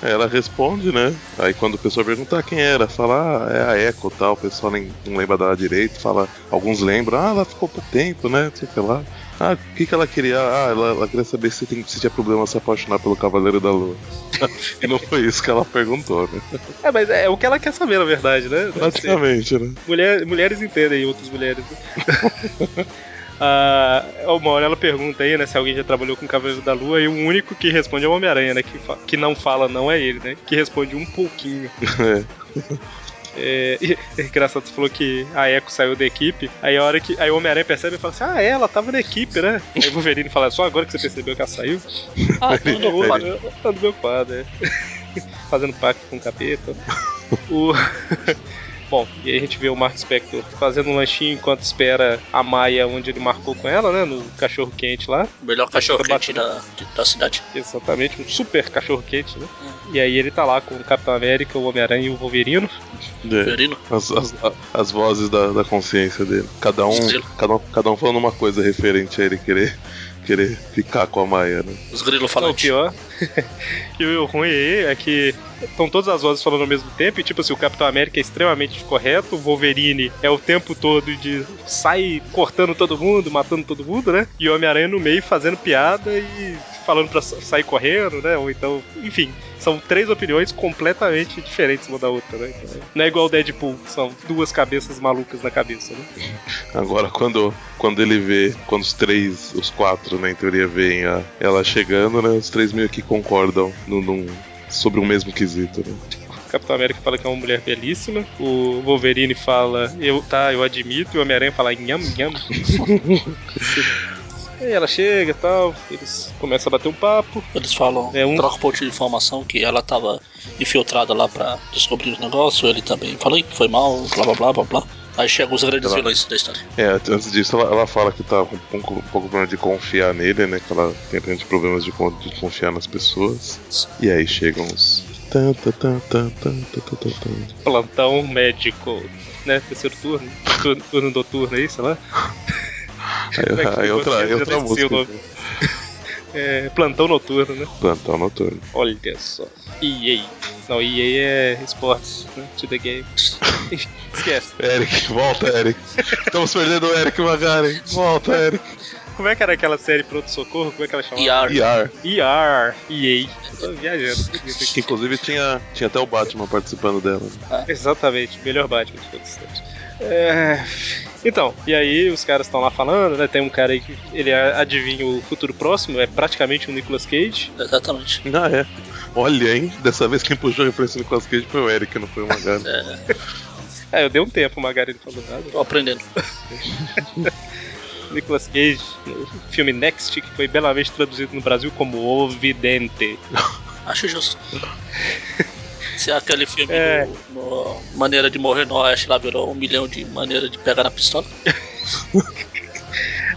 S2: Aí Ela responde, né? Aí quando o pessoal perguntar quem era, fala, ah, é a Echo tal, o pessoal nem, não lembra dela direito, fala, alguns lembram, ah, ela ficou pouco tempo, né? Não sei o que lá. Ah, o que, que ela queria? Ah, ela, ela queria saber se, tem, se tinha problema se apaixonar pelo Cavaleiro da Lua. e não foi isso que ela perguntou, né?
S1: É, mas é o que ela quer saber, na verdade, né?
S2: Praticamente, né?
S1: Mulher- mulheres entendem outras mulheres. né? Ah, uma hora ela pergunta aí, né, se alguém já trabalhou com o Cavaleiro da Lua, e o único que responde é o Homem-Aranha, né? Que, fa- que não fala não é ele, né? Que responde um pouquinho.
S2: É.
S1: É, e, é engraçado, você falou que a Echo saiu da equipe, aí a hora que. Aí o Homem-Aranha percebe e fala assim, ah, ela tava na equipe, né? Aí o Wolverine fala, só agora que você percebeu que ela saiu?
S3: Ah, tudo
S1: Ando
S3: novo,
S1: ocupado, ando preocupado, é. Fazendo pacto com o capeta. O- Bom, e aí a gente vê o Mark Spector fazendo um lanchinho enquanto espera a Maia onde ele marcou com ela, né? No cachorro quente lá.
S3: O melhor cachorro
S1: Fica
S3: quente da, de- da cidade.
S1: Exatamente, um super cachorro quente, né? E aí ele tá lá com o Capitão América, o Homem-Aranha e o Wolverino.
S2: É.
S3: Verino.
S2: As, as, as vozes da, da consciência dele. Cada um,
S3: Estrela.
S2: cada, um- cada um falando uma coisa referente a ele querer, querer ficar com a Maia, né?
S3: Os grilos
S1: Não, o
S3: falantes.
S1: pior. e o ruim aí é que estão todas as vozes falando ao mesmo tempo, e tipo assim, o Capitão América é extremamente correto, o Wolverine é o tempo todo de sai cortando todo mundo, matando todo mundo, né? E o Homem-Aranha no meio fazendo piada e falando pra sa- sair correndo, né? Ou então, enfim, são três opiniões completamente diferentes uma da outra, né? Então, não é igual o Deadpool, são duas cabeças malucas na cabeça, né?
S2: Agora, quando, quando ele vê, quando os três, os quatro, né, em teoria, veem a- ela chegando, né, os três meio que concordam no, num- sobre o mesmo quesito, né?
S1: O Capitão América fala que é uma mulher belíssima. O Wolverine fala, eu tá, eu admito. E o Homem-Aranha fala, nham, nham. Aí ela chega e tal, eles começam a bater um papo.
S3: Eles falam,
S1: É um-
S3: troca um pouco de informação que ela tava infiltrada lá pra descobrir os negócios. Ele também falou que foi mal, blá blá blá blá blá. Aí chegam os grandes
S2: Claro.
S3: vilões da história.
S2: É, antes disso, ela, ela fala que tá com um pouco, um pouco problema de confiar nele, né, que ela tem bastante problemas de, con- de confiar nas pessoas. E aí chegam os... tan, tan, tan, tan, tan, tan, tan, tan, tan.
S1: Plantão médico, né? Terceiro turno, turno, turno noturno aí, sei lá. Como é que
S2: Aí, aí
S1: eu
S2: Ah, outra,
S1: esqueci
S2: aí outra
S1: o
S2: música.
S1: nome? É, plantão noturno, né?
S2: Plantão noturno.
S1: Olha só. EA. Não, EA é esportes, né? To the game. Esquece.
S2: Eric, volta, Eric. Estamos perdendo o Eric Magaren. Volta, Eric.
S1: Como é que era aquela série Pronto Socorro? Como é que ela chamava?
S3: E a
S2: E ar.
S1: ER, EA. Tô viajando. Isso
S2: Que
S1: aqui.
S2: inclusive tinha, tinha até o Batman participando dela.
S1: Exatamente, melhor Batman de todos os tempos. É, Então, e aí os caras estão lá falando, né? Tem um cara aí que ele a- adivinha o futuro próximo, é praticamente um Nicolas Cage.
S3: Exatamente.
S2: Ah, é. Olha, hein? Dessa vez quem puxou a referência do Nicolas Cage foi o Eric, não foi o Magari.
S3: É,
S1: É, eu dei um tempo, o Magari não falou nada.
S3: tô aprendendo.
S1: Nicolas Cage, no filme Next, que foi belamente traduzido no Brasil como O Vidente.
S3: Acho justo. Se aquele filme
S1: É.
S3: do, no Maneira de Morrer no Oeste lá virou um milhão de maneiras de pegar na pistola.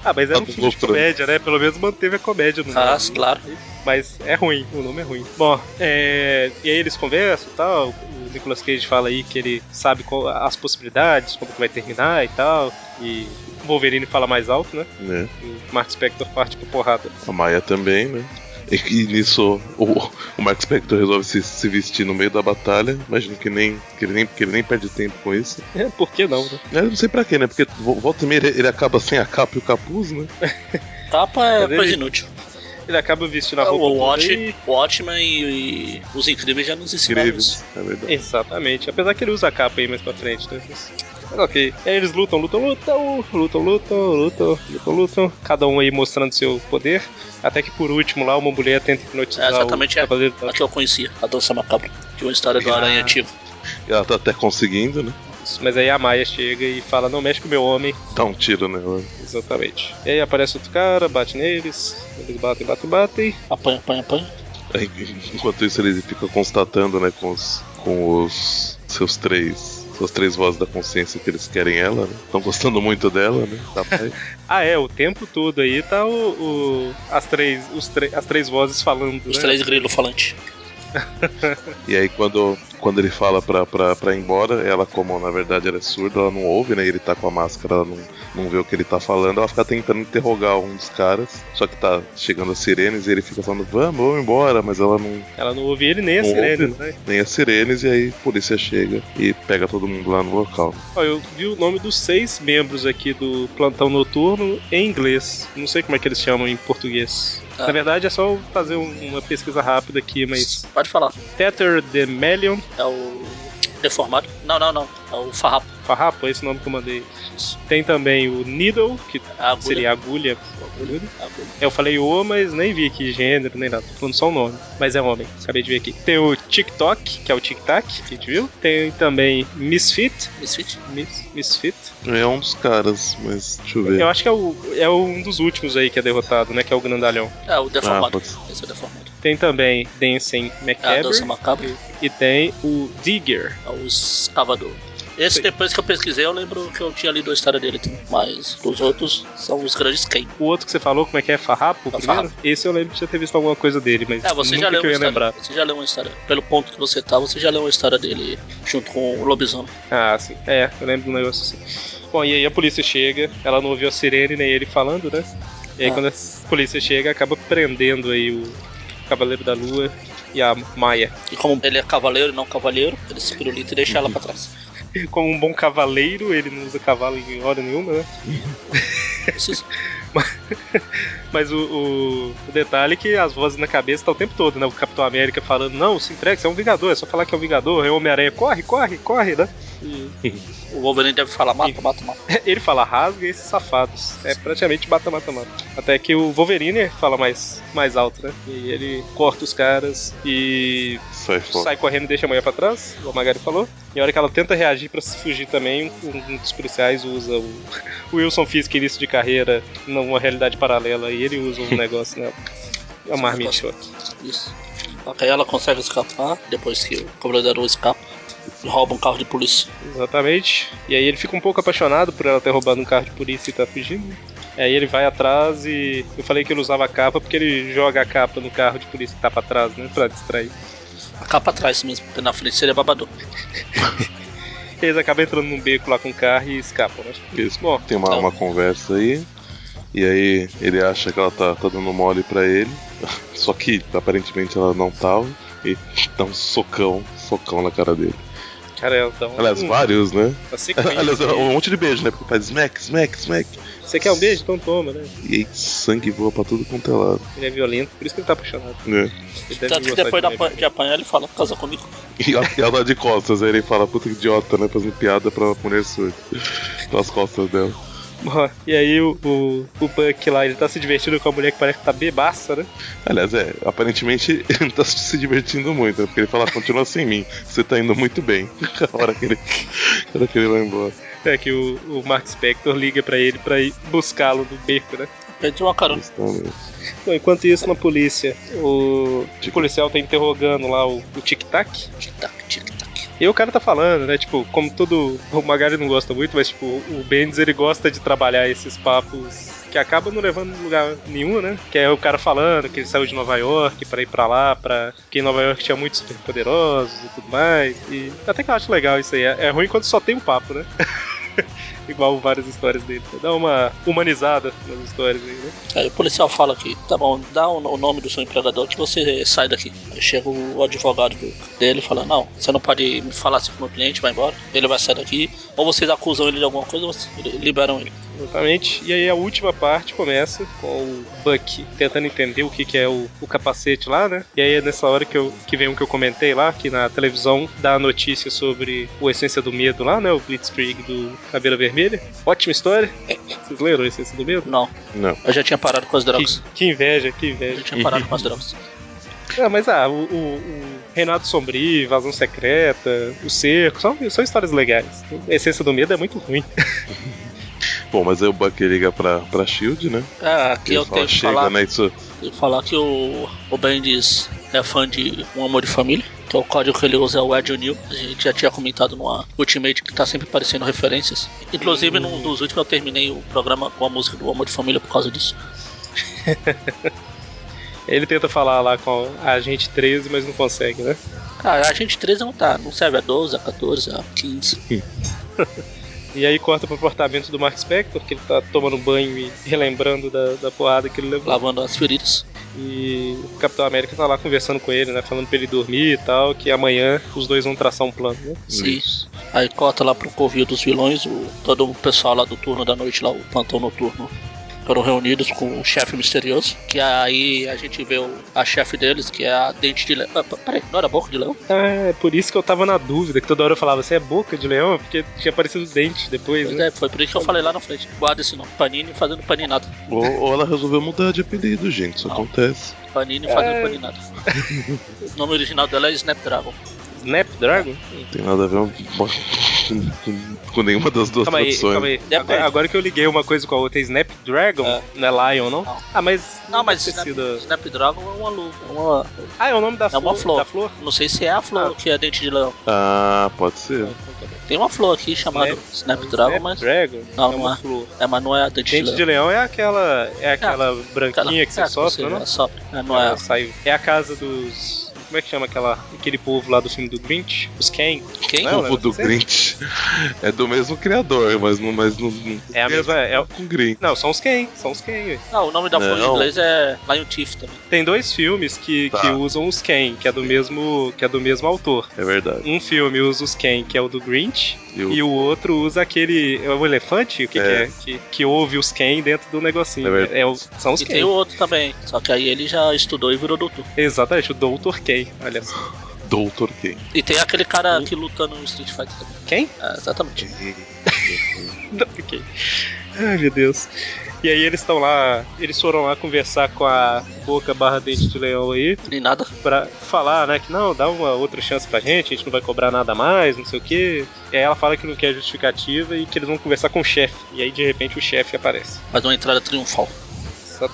S1: Ah, mas era um
S2: Tá
S1: filme de
S2: lucrando.
S1: comédia, né? Pelo menos manteve a comédia no
S3: Ah,
S1: nome.
S3: claro.
S1: Mas é ruim, o nome é ruim. Bom, é, e aí eles conversam e tal. O Nicolas Cage fala aí que ele sabe qual- as possibilidades, como que vai terminar e tal. E o Wolverine fala mais alto, né?
S2: né?
S1: E o Mark Spector parte pra porrada.
S2: A Maia também, né? E, e nisso o, o Mark Spector resolve se, se vestir no meio da batalha. Imagino que, nem, que, ele nem, que ele nem perde tempo com isso.
S1: É, por que não, né?
S2: Eu não sei pra quê, né? Porque vo- volta e meia ele, ele acaba sem a capa e o capuz, né?
S3: Tapa é
S1: Mas ele- Tá
S3: coisa inútil.
S1: Ele acaba vestindo a roupa.
S3: É, O
S1: toda
S3: Watch,
S1: e-
S3: Watchmen e, e os incríveis já nos ensinaram isso.
S2: Greves, é verdade.
S1: Exatamente. Apesar que ele usa a capa aí mais pra frente, né? Mas- mas ok. E aí eles lutam, lutam, lutam, lutam, lutam, lutam, lutam, lutam. Cada um aí mostrando seu poder. Até que por último lá uma mulher tenta hipnotizar
S3: É, exatamente,
S1: o
S3: é.
S1: Cavaleiro da
S3: A que eu conhecia, a dança macabra, de uma história do Aranha Antigo.
S2: E ela tá até conseguindo, né?
S1: Isso, Mas aí a Maia chega e fala: Não mexe com o meu homem.
S2: Dá um tiro nela.
S1: Exatamente. E aí aparece outro cara, bate neles. Eles batem, batem, batem.
S3: Apanha, apanha, apanha.
S2: Aí, Enquanto isso ele fica constatando, né, com os, com os seus três. Suas três vozes da consciência que eles querem ela, né? Estão gostando muito dela, né? Da Maia.
S1: Ah, é, o tempo todo aí tá o. o- as, três, os tre- as três vozes falando,
S3: Os
S1: né?
S3: três grilos falantes.
S2: E aí quando, quando ele fala pra, pra, pra ir embora, ela como na verdade ela é surda, ela não ouve, né? Ele tá com a máscara, ela não, não vê o que ele tá falando, ela fica tentando interrogar um dos caras, só que tá chegando as sirenes e ele fica falando, vamos, vamos embora, mas ela não
S1: Ela não ouve ele nem as
S2: Não ouve,
S1: sirenes, né?
S2: nem as sirenes, e aí a polícia chega e pega todo mundo lá no local.
S1: Ó, eu vi o nome dos seis membros aqui do plantão noturno em inglês. Não sei como é que eles chamam em português.
S3: Ah.
S1: Na verdade, é só eu fazer um- uma pesquisa rápida aqui, mas.
S3: Pode falar.
S1: Tether Demelion,
S3: É o. Deformado? Não, não, não. É o farrapo.
S1: farrapo, é esse nome que eu mandei. Tem também o Needle, que
S3: É A agulha.
S1: seria agulha.
S3: A agulha.
S1: Eu falei o, mas nem vi aqui gênero, nem nada. Tô falando só o nome. Mas é homem, acabei de ver aqui. Tem o TikTok, que é o Tic Tac, que a gente viu. Tem também Misfit.
S3: Misfit?
S1: Mis- Misfit.
S2: É um dos caras, mas deixa eu ver.
S1: Eu acho que é, o, é um dos últimos aí que é derrotado, né? Que é o Grandalhão.
S3: É o
S2: Ah,
S3: deformado.
S2: pode-
S3: Esse é o deformado.
S1: Tem também Dancing
S3: É a dança
S1: Macabre
S3: macabra.
S1: e tem o Digger.
S3: É o escavador.
S1: Sei.
S3: Esse depois que eu pesquisei, eu lembro que eu tinha lido a história dele também. Mas dos outros são os grandes quem.
S1: O outro que você falou, como é que é? Farrapo?
S3: É o
S1: primeiro? Esse eu lembro de já ter visto alguma coisa dele, mas
S3: É, você
S1: nunca
S3: já leu
S1: que eu
S3: uma
S1: ia
S3: história.
S1: lembrar.
S3: Você já leu uma história. Pelo ponto que você tá, você já leu uma história dele junto com o lobisomem.
S1: Ah, sim. É, eu lembro de um negócio assim. Bom, e aí a polícia chega, ela não ouviu a sirene nem ele falando, né? E aí
S3: Ah.
S1: quando a polícia chega, acaba prendendo aí o Cavaleiro da Lua e a Maia.
S3: E como ele é cavaleiro e não cavaleiro, ele se pirulita e deixa ela pra trás.
S1: Como um bom cavaleiro, ele não usa cavalo em hora nenhuma, né?
S3: Esses-
S1: Mas o, o- o detalhe é que as vozes na cabeça tá o tempo todo, né? O Capitão América falando, não, se entrega, você é um Vingador, é só falar que é um Vingador, é o Homem-Aranha, corre, corre, corre, né? E
S3: o Wolverine deve falar mata, mata, mata.
S1: ele fala, rasga esses safados. É praticamente mata, mata, mata. Até que o Wolverine fala mais, mais alto, né? E aí ele corta os caras e
S2: Sai fora.
S1: sai correndo e deixa a mulher pra trás, igual a Magari falou. E a hora que ela tenta reagir pra se fugir também, um, um dos policiais usa o, o Wilson Fisk início de carreira numa realidade paralela e ele usa um negócio nela. É uma marmichota.
S3: Isso. Aí ela consegue escapar, depois que o cavaleiro escapa. Rouba um carro de polícia.
S1: Exatamente. E aí ele fica um pouco apaixonado por ela ter roubado um carro de polícia e tá fugindo. né? Aí ele vai atrás e. Eu falei que ele usava a capa porque ele joga a capa no carro de polícia que tá pra trás, né? Pra distrair.
S3: A capa atrás mesmo, porque na frente seria babador.
S1: Eles acabam entrando num beco lá com o carro e escapam, né?
S2: Eles
S1: Bom,
S2: Tem uma,
S3: Então.
S2: uma conversa aí. E aí ele acha que ela tá, tá dando mole pra ele. Só que aparentemente ela não tava. E dá um socão, socão na cara dele.
S1: cara, elas dão.
S2: Aliás,
S3: Hum.
S1: um-
S2: vários, né?
S1: uma sequência.
S2: Aliás, um monte de beijo, né? Porque faz smack, smack, smack.
S1: Você quer um beijo? Então toma, né?
S2: E aí sangue voa pra tudo quanto é lado.
S1: Ele é violento, por isso que ele tá apaixonado.
S2: Né?
S1: Ele deve
S3: Tanto
S1: gostar
S3: que Tá, depois
S1: de
S3: da
S1: mulher
S3: apa- de apanhar, ele fala: casa comigo.
S2: E ela, e ela tá de costas. Aí ele fala, puta que idiota, né? Fazendo piada pra mulher surda. Nas costas dela.
S1: Bom, e aí o, o, o Buck lá, ele tá se divertindo com a mulher que parece que tá bebaça, né?
S2: Aliás, é, aparentemente ele não tá se divertindo muito, né? Porque ele fala, continua sem mim, você tá indo muito bem. A hora que ele, a hora que ele vai embora.
S1: É que o, o Mark Spector liga pra ele pra ir buscá-lo no beco, né?
S3: Pediu uma carona.
S2: Justamente.
S1: Bom, enquanto isso, na polícia, o
S2: Tic-
S1: policial tá interrogando lá o, o Tic Tac.
S3: Tic-tac, tic-tac.
S1: E o cara tá falando, né? Tipo, como todo. O Magari não gosta muito, mas, tipo, o Bendis ele gosta de trabalhar esses papos que acaba não levando a lugar nenhum, né? Que é o cara falando que ele saiu de Nova York pra ir pra lá, pra... que em Nova York tinha muitos superpoderosos e tudo mais. E até que eu acho legal isso aí. É é ruim quando só tem um papo, né? Igual várias histórias dele. Dá uma humanizada nas histórias aí, né?
S3: Aí o policial fala aqui, tá bom, dá o, o nome do seu empregador que você sai daqui. Aí chega o advogado do- dele e fala, não, você não pode me falar assim com o meu cliente, vai embora, ele vai sair daqui, ou vocês acusam ele de alguma coisa, ou vocês li- liberam ele.
S1: Exatamente. E aí a última parte começa com o Buck tentando entender o que, que é o, o capacete lá, né? E aí é nessa hora que, eu, que vem um que eu comentei lá, que na televisão dá a notícia sobre o Essência do Medo lá, né? O Blitzkrieg do Cabelo Vermelha. Ótima história. Vocês leram o Essência do Medo?
S3: Não,
S2: Não.
S3: eu já tinha parado com as drogas.
S1: Que, que inveja, que
S3: Eu
S1: inveja.
S3: já tinha parado com as drogas.
S1: Ah, mas ah, o, o- o Renato Sombrio, Vazão Secreta, o Cerco, são, são histórias legais. A Essência do Medo é muito ruim.
S2: Bom, mas aí o Buck liga pra, pra Shield, né?
S3: É, aqui eu tenho que
S2: chega,
S3: falar,
S2: né? Isso
S3: tenho que falar que o, o Bendis é fã de Um Amor de Família, que é o código que ele usa é o Ed O'Neill. A gente já tinha comentado no Ultimate que tá sempre aparecendo referências. Inclusive, num dos últimos eu terminei o programa com a música do Amor de Família por causa disso.
S1: Ele tenta falar lá com a gente 13, mas não consegue, né?
S3: Cara, a gente 13 não tá, não serve a 12, a 14, a 15.
S1: E aí corta pro apartamento do Mark Spector, que ele tá tomando banho e relembrando da, da porrada que ele levou.
S3: Lavando as feridas.
S1: E o Capitão América tá lá conversando com ele, né? Falando pra ele dormir e tal, que amanhã os dois vão traçar um plano, né?
S3: Sim. Aí corta lá pro covil dos vilões, o, todo o pessoal lá do turno da noite, lá, o plantão noturno. Foram reunidos com o chefe misterioso. Que aí a gente vê o, a chefe deles, que é a Dente de Leão. Ah, p- peraí, não era Boca de Leão?
S1: Ah, é por isso que eu tava na dúvida, que toda hora eu falava, você é boca de leão? Porque tinha aparecido os dentes depois,
S3: Pois
S1: né?
S3: é, foi por isso que eu falei lá na frente. Guarda esse nome. Panini fazendo paninada.
S2: Ou, ou ela resolveu mudar de apelido, gente. Isso
S3: Não.
S2: acontece.
S3: Panini
S1: É.
S3: fazendo paninada. o nome original dela é Snapdragon.
S1: Snapdragon?
S2: Não tem nada a ver é um com, com nenhuma das duas
S1: Calma aí,
S2: tradições.
S1: calma aí. Agora, agora que eu liguei uma coisa com a outra, é Snapdragon?
S3: É.
S1: Não é Lion, não?
S3: Não.
S1: Ah, mas.
S3: Não, mas
S1: deve ter
S3: Snap,
S1: sido-
S3: Snapdragon é uma luva. é Uma,
S1: Ah, é o nome da
S3: é uma flor.
S1: Da flor?
S3: Não sei se é a flor que é Dente de Leão.
S2: Ah, pode ser.
S3: Tem uma flor aqui chamada Snapdragon, mas.
S1: Snapdragon?
S3: Não,
S1: é
S3: não
S1: uma
S3: é.
S1: flor.
S3: É, mas não é a dente de
S1: Dente de
S3: leão.
S1: leão é aquela. É aquela branquinha que você
S3: é,
S1: sopra,
S3: você
S1: né?
S3: sopra. É, não é.
S1: Ela sai- É a casa dos. Como é que chama aquela, aquele povo lá do filme do Grinch? Os Ken?
S3: Quem?
S1: Não,
S2: É
S1: Né?
S2: O
S1: Léo,
S2: povo do
S1: você-
S2: Grinch é do mesmo criador, mas não. Mas não, não
S1: É a mesma. É, o-
S2: Com Grinch.
S1: não, são os Ken. São os Ken. ué.
S3: Não, o nome da flor em
S2: Não.
S3: inglês é Lion Thief também.
S1: Tem dois filmes que,
S2: Tá.
S1: que usam os Ken, que é do mesmo que é do mesmo autor.
S2: É verdade.
S1: Um filme usa os Ken, que é o do Grinch,
S2: E o-
S1: e o outro usa aquele. É o elefante? O que
S2: É.
S1: que é? Que, que ouve os Ken dentro do negocinho.
S2: É verdade.
S1: É o- são os
S3: e tem
S1: Ken.
S3: o outro também. Só que aí ele já estudou e virou doutor.
S1: Exatamente, o Dr. Ken. Olha só.
S2: Doutor Ken.
S3: E tem aquele
S1: Uhum.
S3: cara que luta no Street Fighter
S1: Ken?
S3: também. É, exatamente.
S1: Não, fiquei. Ai, meu Deus. E aí eles estão lá, eles foram lá conversar com a boca barra dente de leão aí,
S3: Nem nada.
S1: pra falar, né, que não, dá uma outra chance pra gente, a gente não vai cobrar nada mais, não sei o quê. E aí ela fala que não quer justificativa e que eles vão conversar com o chefe. E aí, de repente, o chefe aparece.
S3: Faz uma entrada triunfal.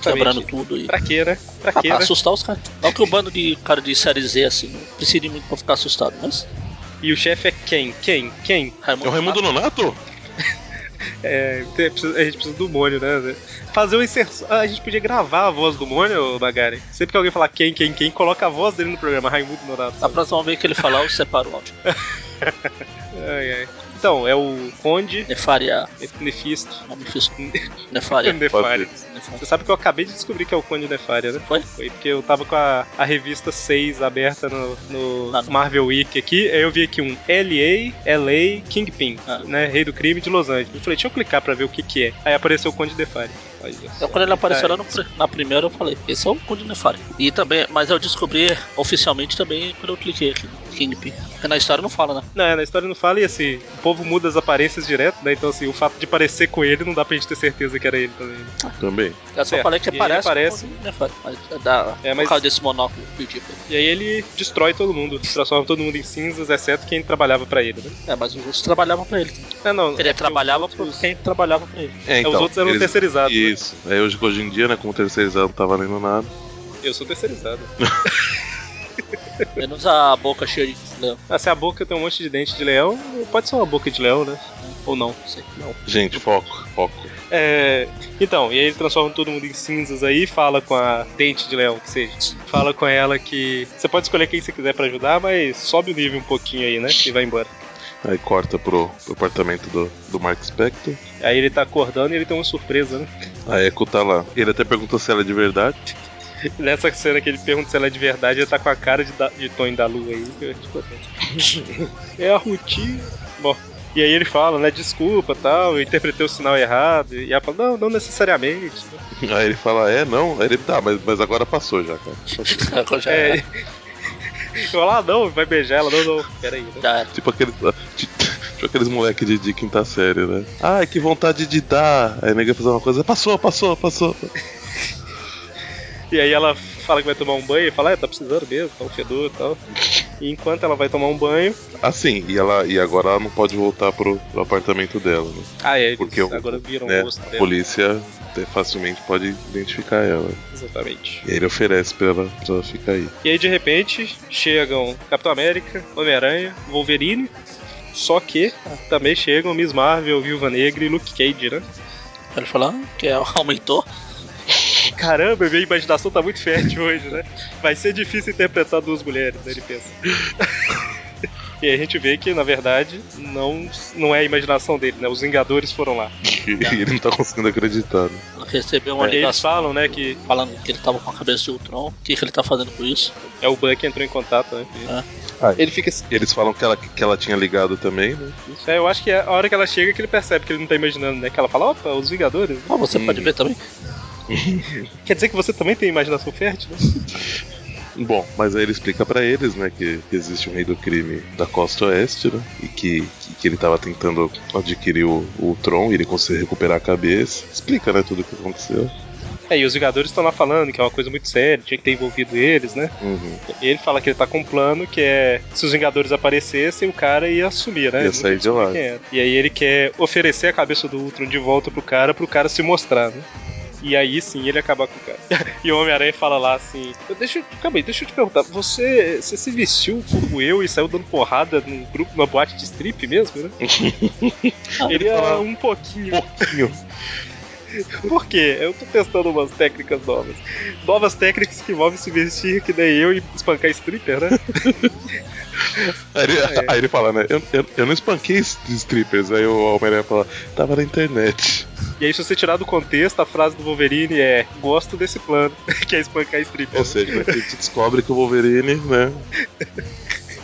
S3: Quebrando
S1: Exatamente.
S3: tudo e.
S1: Pra quê, né? Pra
S3: Ah,
S1: quê,
S3: pra
S1: né?
S3: assustar os caras. Não que o bando de cara de série Z assim, não precisa de muito pra ficar assustado, mas.
S1: E o chefe é quem? Quem? Quem?
S2: É o Raimundo Nonato?
S1: É, tem- precisa- a gente precisa do Mônio, né? Fazer uma inserção. Ah, A gente podia gravar a voz do Mônio, ô Magari. Sempre que alguém falar quem, quem, quem, coloca a voz dele no programa, Raimundo Nonato.
S3: Na
S1: sabe?
S3: próxima vez que ele falar, eu separo o áudio.
S1: Ai, ai. Então, é o Conde
S3: Nefaria.
S1: Nefisto.
S3: Não me fiz. Nefaria.
S1: Nefária.
S3: Nefaria.
S1: Você sabe que eu acabei de descobrir que é o Conde Nefária, né?
S3: Foi?
S1: Foi porque eu tava com a, a revista 6 aberta no, no
S3: Lá no-
S1: Marvel Week aqui, aí eu vi aqui um LA, LA, Kingpin,
S3: Ah.
S1: né? Rei do crime de Los Angeles. Eu falei, deixa eu clicar pra ver o que que é. Aí apareceu o Conde Nefária. Olha só.
S3: Então, quando ele apareceu
S1: Ai,
S3: lá no pri- na primeira, eu falei, esse é o Conde Nefário. E também, mas eu descobri oficialmente também quando eu cliquei aqui no Kingpin. Porque na história não fala, né?
S1: Não, é, na história não fala, e assim, o povo muda as aparências direto, né? Então, assim, o fato de parecer com ele não dá pra gente ter certeza que era ele também. né?
S2: Também.
S3: Eu só
S1: Certo.
S3: falei que
S1: E aí ele
S3: aparece,
S1: aparece.
S3: o Conde Nefário. Mas é da,
S1: É, mas-
S3: por causa desse monóculo ridículo.
S1: E aí ele destrói todo mundo, transforma todo mundo em cinzas, exceto quem trabalhava pra ele, né?
S3: É, mas os outros trabalhavam pra ele.
S1: Ah, não.
S3: Ele
S1: é porque
S3: trabalhava
S1: os outros-
S3: por quem trabalhava pra ele.
S2: É, então,
S1: os outros eram terceirizados, né?
S2: Isso. É, hoje, hoje em dia, né? Como terceirizado não tá valendo nada.
S1: Eu sou terceirizado.
S3: Menos a boca cheia de né? leão.
S1: Ah, se a boca tem um monte de dente de leão, pode ser uma boca de leão, né? Ou não.
S3: Não sei.
S2: Gente, foco, foco.
S1: É, então, e aí ele transforma todo mundo em cinzas aí e fala com a dente de leão, que seja. Fala com ela que você pode escolher quem você quiser pra ajudar, mas sobe o nível um pouquinho aí, né? E vai embora.
S2: Aí corta pro, pro apartamento do, do Mark Spector.
S1: Aí ele tá acordando e ele tem uma surpresa, né?
S2: A Echo tá lá. Ele até pergunta se ela é de verdade.
S1: Nessa cena que ele pergunta se ela é de verdade, ele tá com a cara de, da, de Tony da Lua aí. que eu te contei. é a rotina. Bom. E aí ele fala, né, desculpa, tal, eu interpretei o sinal errado. E ela fala, não, não necessariamente.
S2: Aí ele fala, é, não. Aí ele, tá, mas, mas agora passou já, cara.
S3: Agora já
S1: É.
S3: era.
S1: Eu falo, ah, não, vai beijar ela, não, não, peraí. Né?
S3: Já era.
S2: Tipo aqueles. Tipo aqueles moleque de, de quinta série, né? Ai, que vontade de dar. Aí a nega fazer uma coisa, passou, passou, passou.
S1: E aí ela fala que vai tomar um banho e fala, ah, tá precisando mesmo, tá um fedor e tal. E enquanto ela vai tomar um banho.
S2: Assim, e ela e agora ela não pode voltar pro, pro apartamento dela, né?
S1: Ah, é,
S2: Porque o-
S1: agora viram
S2: né?
S1: o rosto
S2: A
S1: dela.
S2: polícia até facilmente pode identificar ela.
S1: Exatamente.
S2: E aí ele oferece pra ela, pra ela ficar aí.
S1: E aí de repente chegam Capitão América, Homem-Aranha, Wolverine. Só que também chegam Miss Marvel, Viúva Negra e Luke Cage, né?
S3: Ele falou ah, que aumentou.
S1: Caramba, minha imaginação tá muito fértil hoje, né? Vai ser difícil interpretar duas mulheres, né? Ele pensa. E aí a gente vê que, na verdade, não, não é a imaginação dele, né? Os Vingadores foram lá.
S2: E, e ele não tá conseguindo acreditar, né?
S3: Ela recebeu uma
S1: Porque eles
S3: ligação
S1: falam, né, que
S3: falando que ele tava com a cabeça de Ultron. O que, que ele tá fazendo com isso?
S1: é o Buck que entrou em contato, né? que-
S2: Ele fica assim. Eles falam que ela, que ela tinha ligado também, né?
S1: Isso é, eu acho que é a hora que ela chega que ele percebe que ele não tá imaginando, né? Que ela fala, opa, os Vingadores.
S3: Ah, você
S2: Hum.
S3: pode ver também?
S1: Quer dizer que você também tem imaginação fértil, né?
S2: Bom, mas aí ele explica pra eles, né, que, que existe um rei do crime da costa oeste, né, e que, que, que ele tava tentando adquirir o, o Tron e ele conseguiu recuperar a cabeça. Explica, né, tudo o que aconteceu.
S1: É, e os Vingadores estão lá falando que é uma coisa muito séria, tinha que ter envolvido eles, né?
S2: Uhum.
S1: E ele fala que ele tá com um plano que é se os Vingadores aparecessem, o cara ia assumir, né?
S2: Ia sair de lá.
S1: Quem era. E aí ele quer oferecer a cabeça do Ultron de volta pro cara, pro cara se mostrar, né? E aí sim ele acabar com o cara. E o Homem-Aranha fala lá assim: "Eu- Deixa eu, calma aí, deixa eu te perguntar, você, você se vestiu como eu e saiu dando porrada num grupo, numa boate de strip mesmo, né? ele
S2: fala-
S1: fala um pouquinho.
S2: Pouquinho.
S1: Por quê? Eu tô testando umas técnicas novas. Novas técnicas que envolvem se vestir que nem eu e espancar stripper, né?
S2: Aí ele,
S1: Ah, é.
S2: aí ele fala, né, eu, eu, eu não espanquei es- strippers. Aí o Homem-Aranha fala, tava na internet.
S1: E aí, se você tirar do contexto, a frase do Wolverine é: Gosto desse plano, que é espancar stripper.
S2: Ou seja, quando a gente descobre que o Wolverine, né...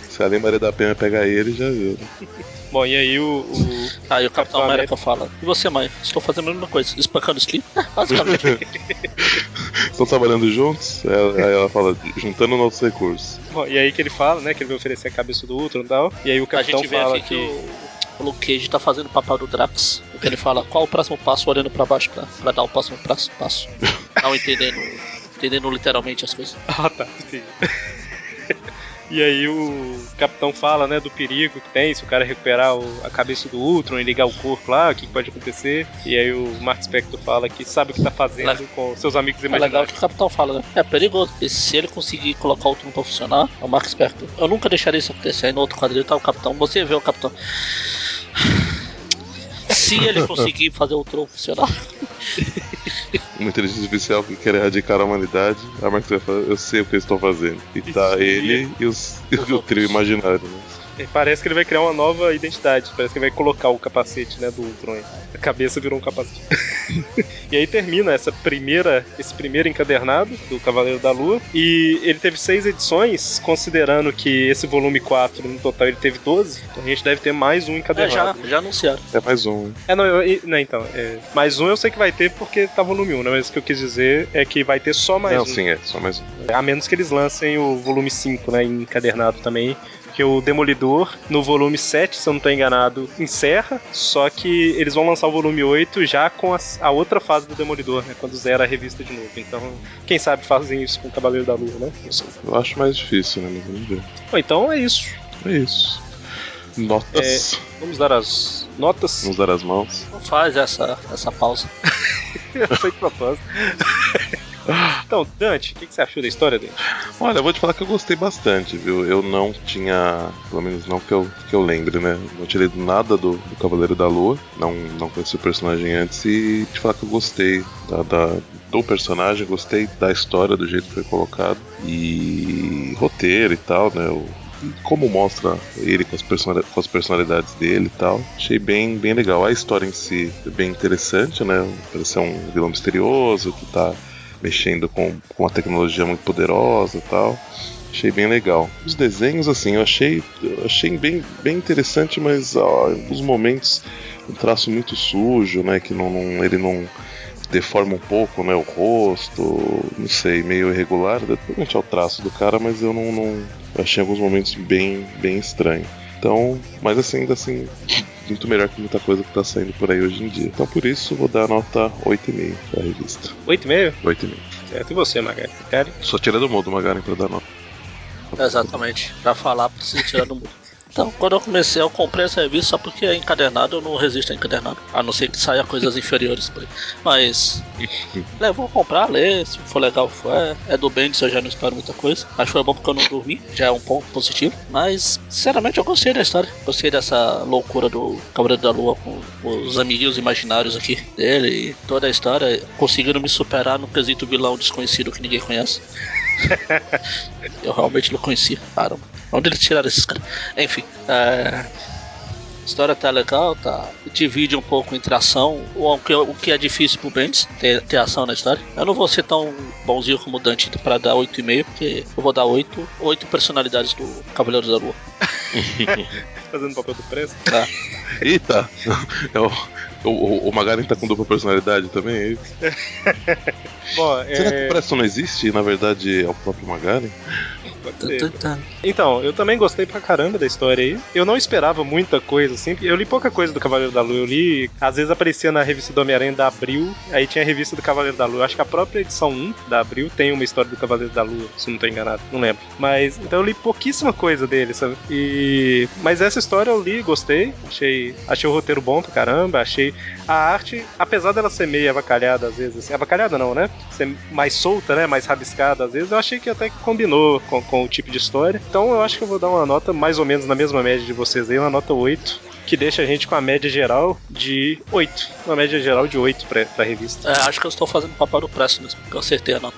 S2: Se a Lei Maria da Penha pegar ele, já viu. né?
S1: Bom, e aí o. o-
S3: Aí o Capitão
S1: Capitão
S3: América fala: E você, mãe? Estou fazendo a mesma coisa, espancando o Slip? Ah, basicamente.
S2: Estão trabalhando juntos? Aí aí ela fala, juntando nossos recursos.
S1: bom, e aí que ele fala, né? Que ele vai oferecer a cabeça do Ultron e tal. E aí o
S3: a
S1: capitão
S3: gente vê
S1: fala
S3: aqui
S1: que.
S3: que o, o Luke Cage tá fazendo o papel do Drax. Porque ele fala: Qual o próximo passo? Olhando pra baixo pra, pra dar o próximo passo. passo. Não entendendo, entendendo literalmente as coisas.
S1: Ah, tá, entendi. E aí o capitão fala, né, do perigo que tem se o cara recuperar o- a cabeça do Ultron e ligar o corpo lá, o que que pode acontecer. E aí o Mark Spector fala que sabe o que tá fazendo com seus amigos
S3: É legal
S1: imaginários.
S3: que o Capitão fala, né? É perigoso. E se ele conseguir colocar o Tron pra funcionar, é o Mark Spector. Eu nunca deixaria isso acontecer. Aí no outro quadril tá o Capitão. Você vê o Capitão. Se ele conseguir fazer o Tron funcionar,
S2: uma inteligência artificial que quer erradicar a humanidade, a Marx vai falar, eu sei o que eu estou fazendo. E tá
S1: Isso.
S2: ele e, os, e o trio imaginário, né?
S1: É, Parece que ele vai criar uma nova identidade. Parece que ele vai colocar o capacete, né, do Ultron. aí. A cabeça virou um capacete. e aí termina essa primeira, esse primeiro encadernado do Cavaleiro da Lua. E ele teve seis edições, considerando que esse volume 4, no total, ele teve 12. Então a gente deve ter mais um
S3: é, já,
S1: encadernado.
S3: já anunciaram.
S2: É mais um, né?
S1: É, não, eu- e- não, então. é, mais um eu sei que vai ter porque tá volume 1, né? Mas o que eu quis dizer é que vai ter só mais
S2: Não,
S1: um.
S2: sim, é, só mais um.
S1: A menos que eles lancem o volume 5, né, encadernado também. Porque o Demolidor, no volume 7, se eu não tô enganado, encerra. Só que eles vão lançar o volume 8 já com as- a, outra fase do Demolidor, né? Quando zera a revista de novo. Então, quem sabe fazem isso com o Cavaleiro da Lua, né? Não sei.
S2: Eu acho mais difícil, né? Mas vamos ver.
S1: Bom, então é isso.
S2: É isso.
S1: É.
S2: Notas.
S1: Vamos dar as notas.
S2: Vamos dar as mãos.
S3: Não faz essa, essa pausa.
S1: Eu sei de propósito. Então, Dante, o que, que você achou da história, Dante?
S2: Olha, eu vou te falar que eu gostei bastante, viu? Eu não tinha, pelo menos não que eu, que eu lembre, né? Não tirei nada do, do Cavaleiro da Lua, não, não conheci o personagem antes e te falar que eu gostei da, da- do personagem, gostei da história, do jeito que foi colocado e roteiro e tal, né? O- e como mostra ele com as, persona- com as personalidades dele e tal. Achei bem, bem legal. A história em si é bem interessante, né? Parece ser um vilão misterioso que tá mexendo com, com uma tecnologia muito poderosa e tal. Achei bem legal. Os desenhos, assim, eu achei, eu achei bem, bem interessante, mas ó, em alguns momentos um traço muito sujo, né? Que não, não- ele não deforma um pouco, né? O rosto, não sei, meio irregular. Provavelmente é o traço do cara, mas eu não, não eu achei alguns momentos bem, bem estranho. Então, mas assim, ainda assim, muito melhor que muita coisa que tá saindo por aí hoje em dia. Então por isso vou dar nota 8,5 pra revista.
S1: 8,5?
S2: 8,5.
S1: Certo, e É, você, Magari? Cara,
S2: Só tira do modo Magaren pra dar nota.
S3: Exatamente. Pra falar, preciso tirar do mundo. Então, quando eu comecei, eu comprei essa revista só porque é encadernado, eu não resisto a encadernado. A não ser que saia coisas inferiores por aí. Mas. É, vou comprar, ler, se for legal for. É, é do Bendis, eu já não espero muita coisa. Acho que foi bom porque eu não dormi, já é um ponto positivo. Mas, sinceramente, eu gostei da história. Gostei dessa loucura do Cavaleiro da Lua com os amiguinhos imaginários aqui dele e toda a história. Conseguiram me superar no quesito vilão desconhecido que ninguém conhece. Eu realmente não conhecia. Caramba, onde eles tiraram esses caras? Enfim, é... a história tá legal, tá. Divide um pouco entre ação, o que, o que é difícil pro Bendis, ter, ter ação na história. Eu não vou ser tão bonzinho como o Dante pra dar 8,5, porque eu vou dar 8, 8 personalidades do Cavaleiro da Lua.
S1: fazendo papel do preço.
S3: Tá?
S2: Eita! É o, o, o Magaren tá com dupla personalidade também? é
S1: Bom,
S2: Será que
S1: é.
S2: o Preston não existe? E, Na verdade, é o próprio Magaren?
S1: pode
S3: Tá,
S1: ser.
S3: tá, tá.
S1: Então, eu também gostei pra caramba da história aí. Eu não esperava muita coisa, assim. Eu li pouca coisa do Cavaleiro da Lua. Eu li, às vezes aparecia na revista do Homem-Aranha da Abril, aí tinha a revista do Cavaleiro da Lua. Eu Acho que a própria edição 1 da Abril tem uma história do Cavaleiro da Lua, se não tô enganado, não lembro. Mas, então eu li pouquíssima coisa dele, sabe? E... Mas essa história eu li, gostei. Achei, achei o roteiro bom pra caramba, achei... A arte, apesar dela ser meio avacalhada às vezes, assim, avacalhada não, né? Ser mais solta, né? Mais rabiscada às vezes, eu achei que até que combinou com, com o tipo de história. Então eu acho que eu vou dar uma nota mais ou menos na mesma média de vocês aí, uma nota 8, que deixa a gente com a média geral de 8. Uma média geral de 8 pra, pra revista.
S3: É, acho que eu estou fazendo papel do preço mesmo, porque eu acertei a nota.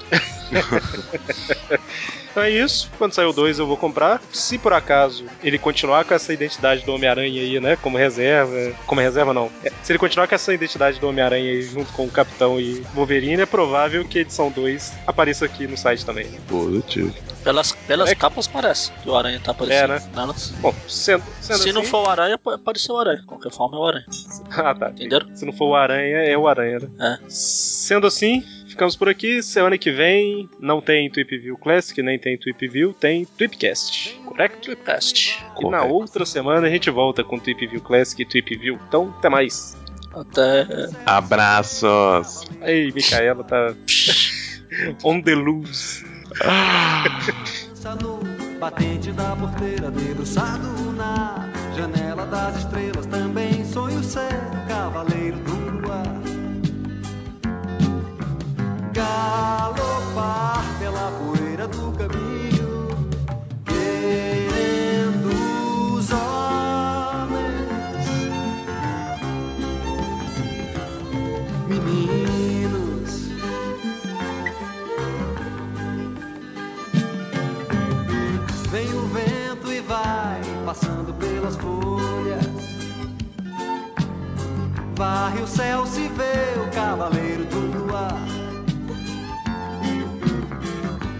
S1: Então é isso. Quando sair o 2 eu vou comprar. Se por acaso ele continuar com essa identidade do Homem-Aranha aí, né? Como reserva. Como reserva não. É, se ele continuar com essa identidade do Homem-Aranha aí junto com o Capitão e Wolverine, é provável que a edição 2 apareça aqui no site também. né?
S2: Pô, eu tive.
S3: Pelas, pelas
S1: É que-
S3: capas parece que o aranha tá aparecendo
S1: É, né?
S3: nelas.
S1: Bom, sendo, sendo
S3: Se
S1: assim...
S3: não for o aranha, pa- apareceu o aranha. De qualquer forma, é o aranha.
S1: Ah, tá.
S3: Entenderam?
S1: Se não for o Aranha, é o Aranha, né? Sendo assim, ficamos por aqui. Semana que vem não tem Tweep View Classic, nem tem Tweep View, tem Tweepcast, correto?
S3: Tripcast.
S1: E na
S2: Correto.
S1: outra semana a gente volta com Tweep View Classic e Tweep View. Então, até mais.
S3: Até.
S2: Abraços!
S1: Aí, Micaela tá on the loose.
S4: Pensado, batente da porteira, debruçado na janela das estrelas. Também sonho ser cavaleiro do luar. Galopar pela poeira do caminho, querendo os homens. Meninos. Vem o vento e vai passando pelas folhas. Varre o céu, se vê o cavaleiro do luar.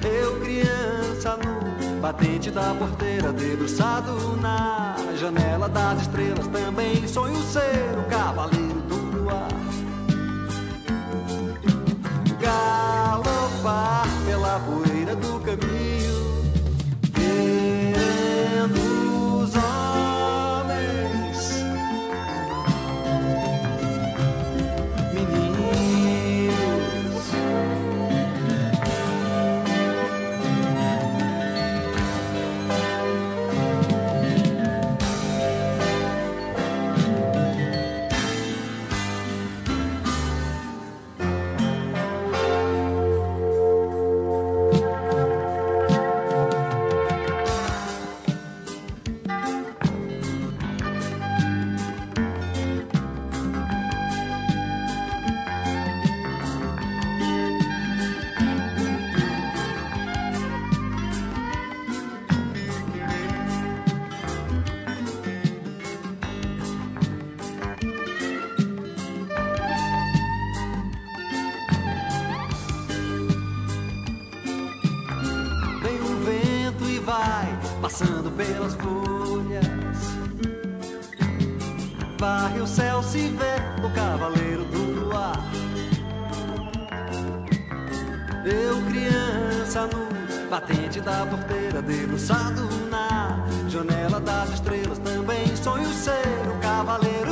S4: Eu, criança, no batente da porteira, debruçado na janela das estrelas, também sonho ser o cavaleiro do luar. Galopar pela poeira do caminho. Querendo os homens, meninos. passando pelas folhas. Varre o céu, se vê o cavaleiro do luar. Eu, criança no batente da porteira, debruçado na janela das estrelas, também sonho ser o cavaleiro.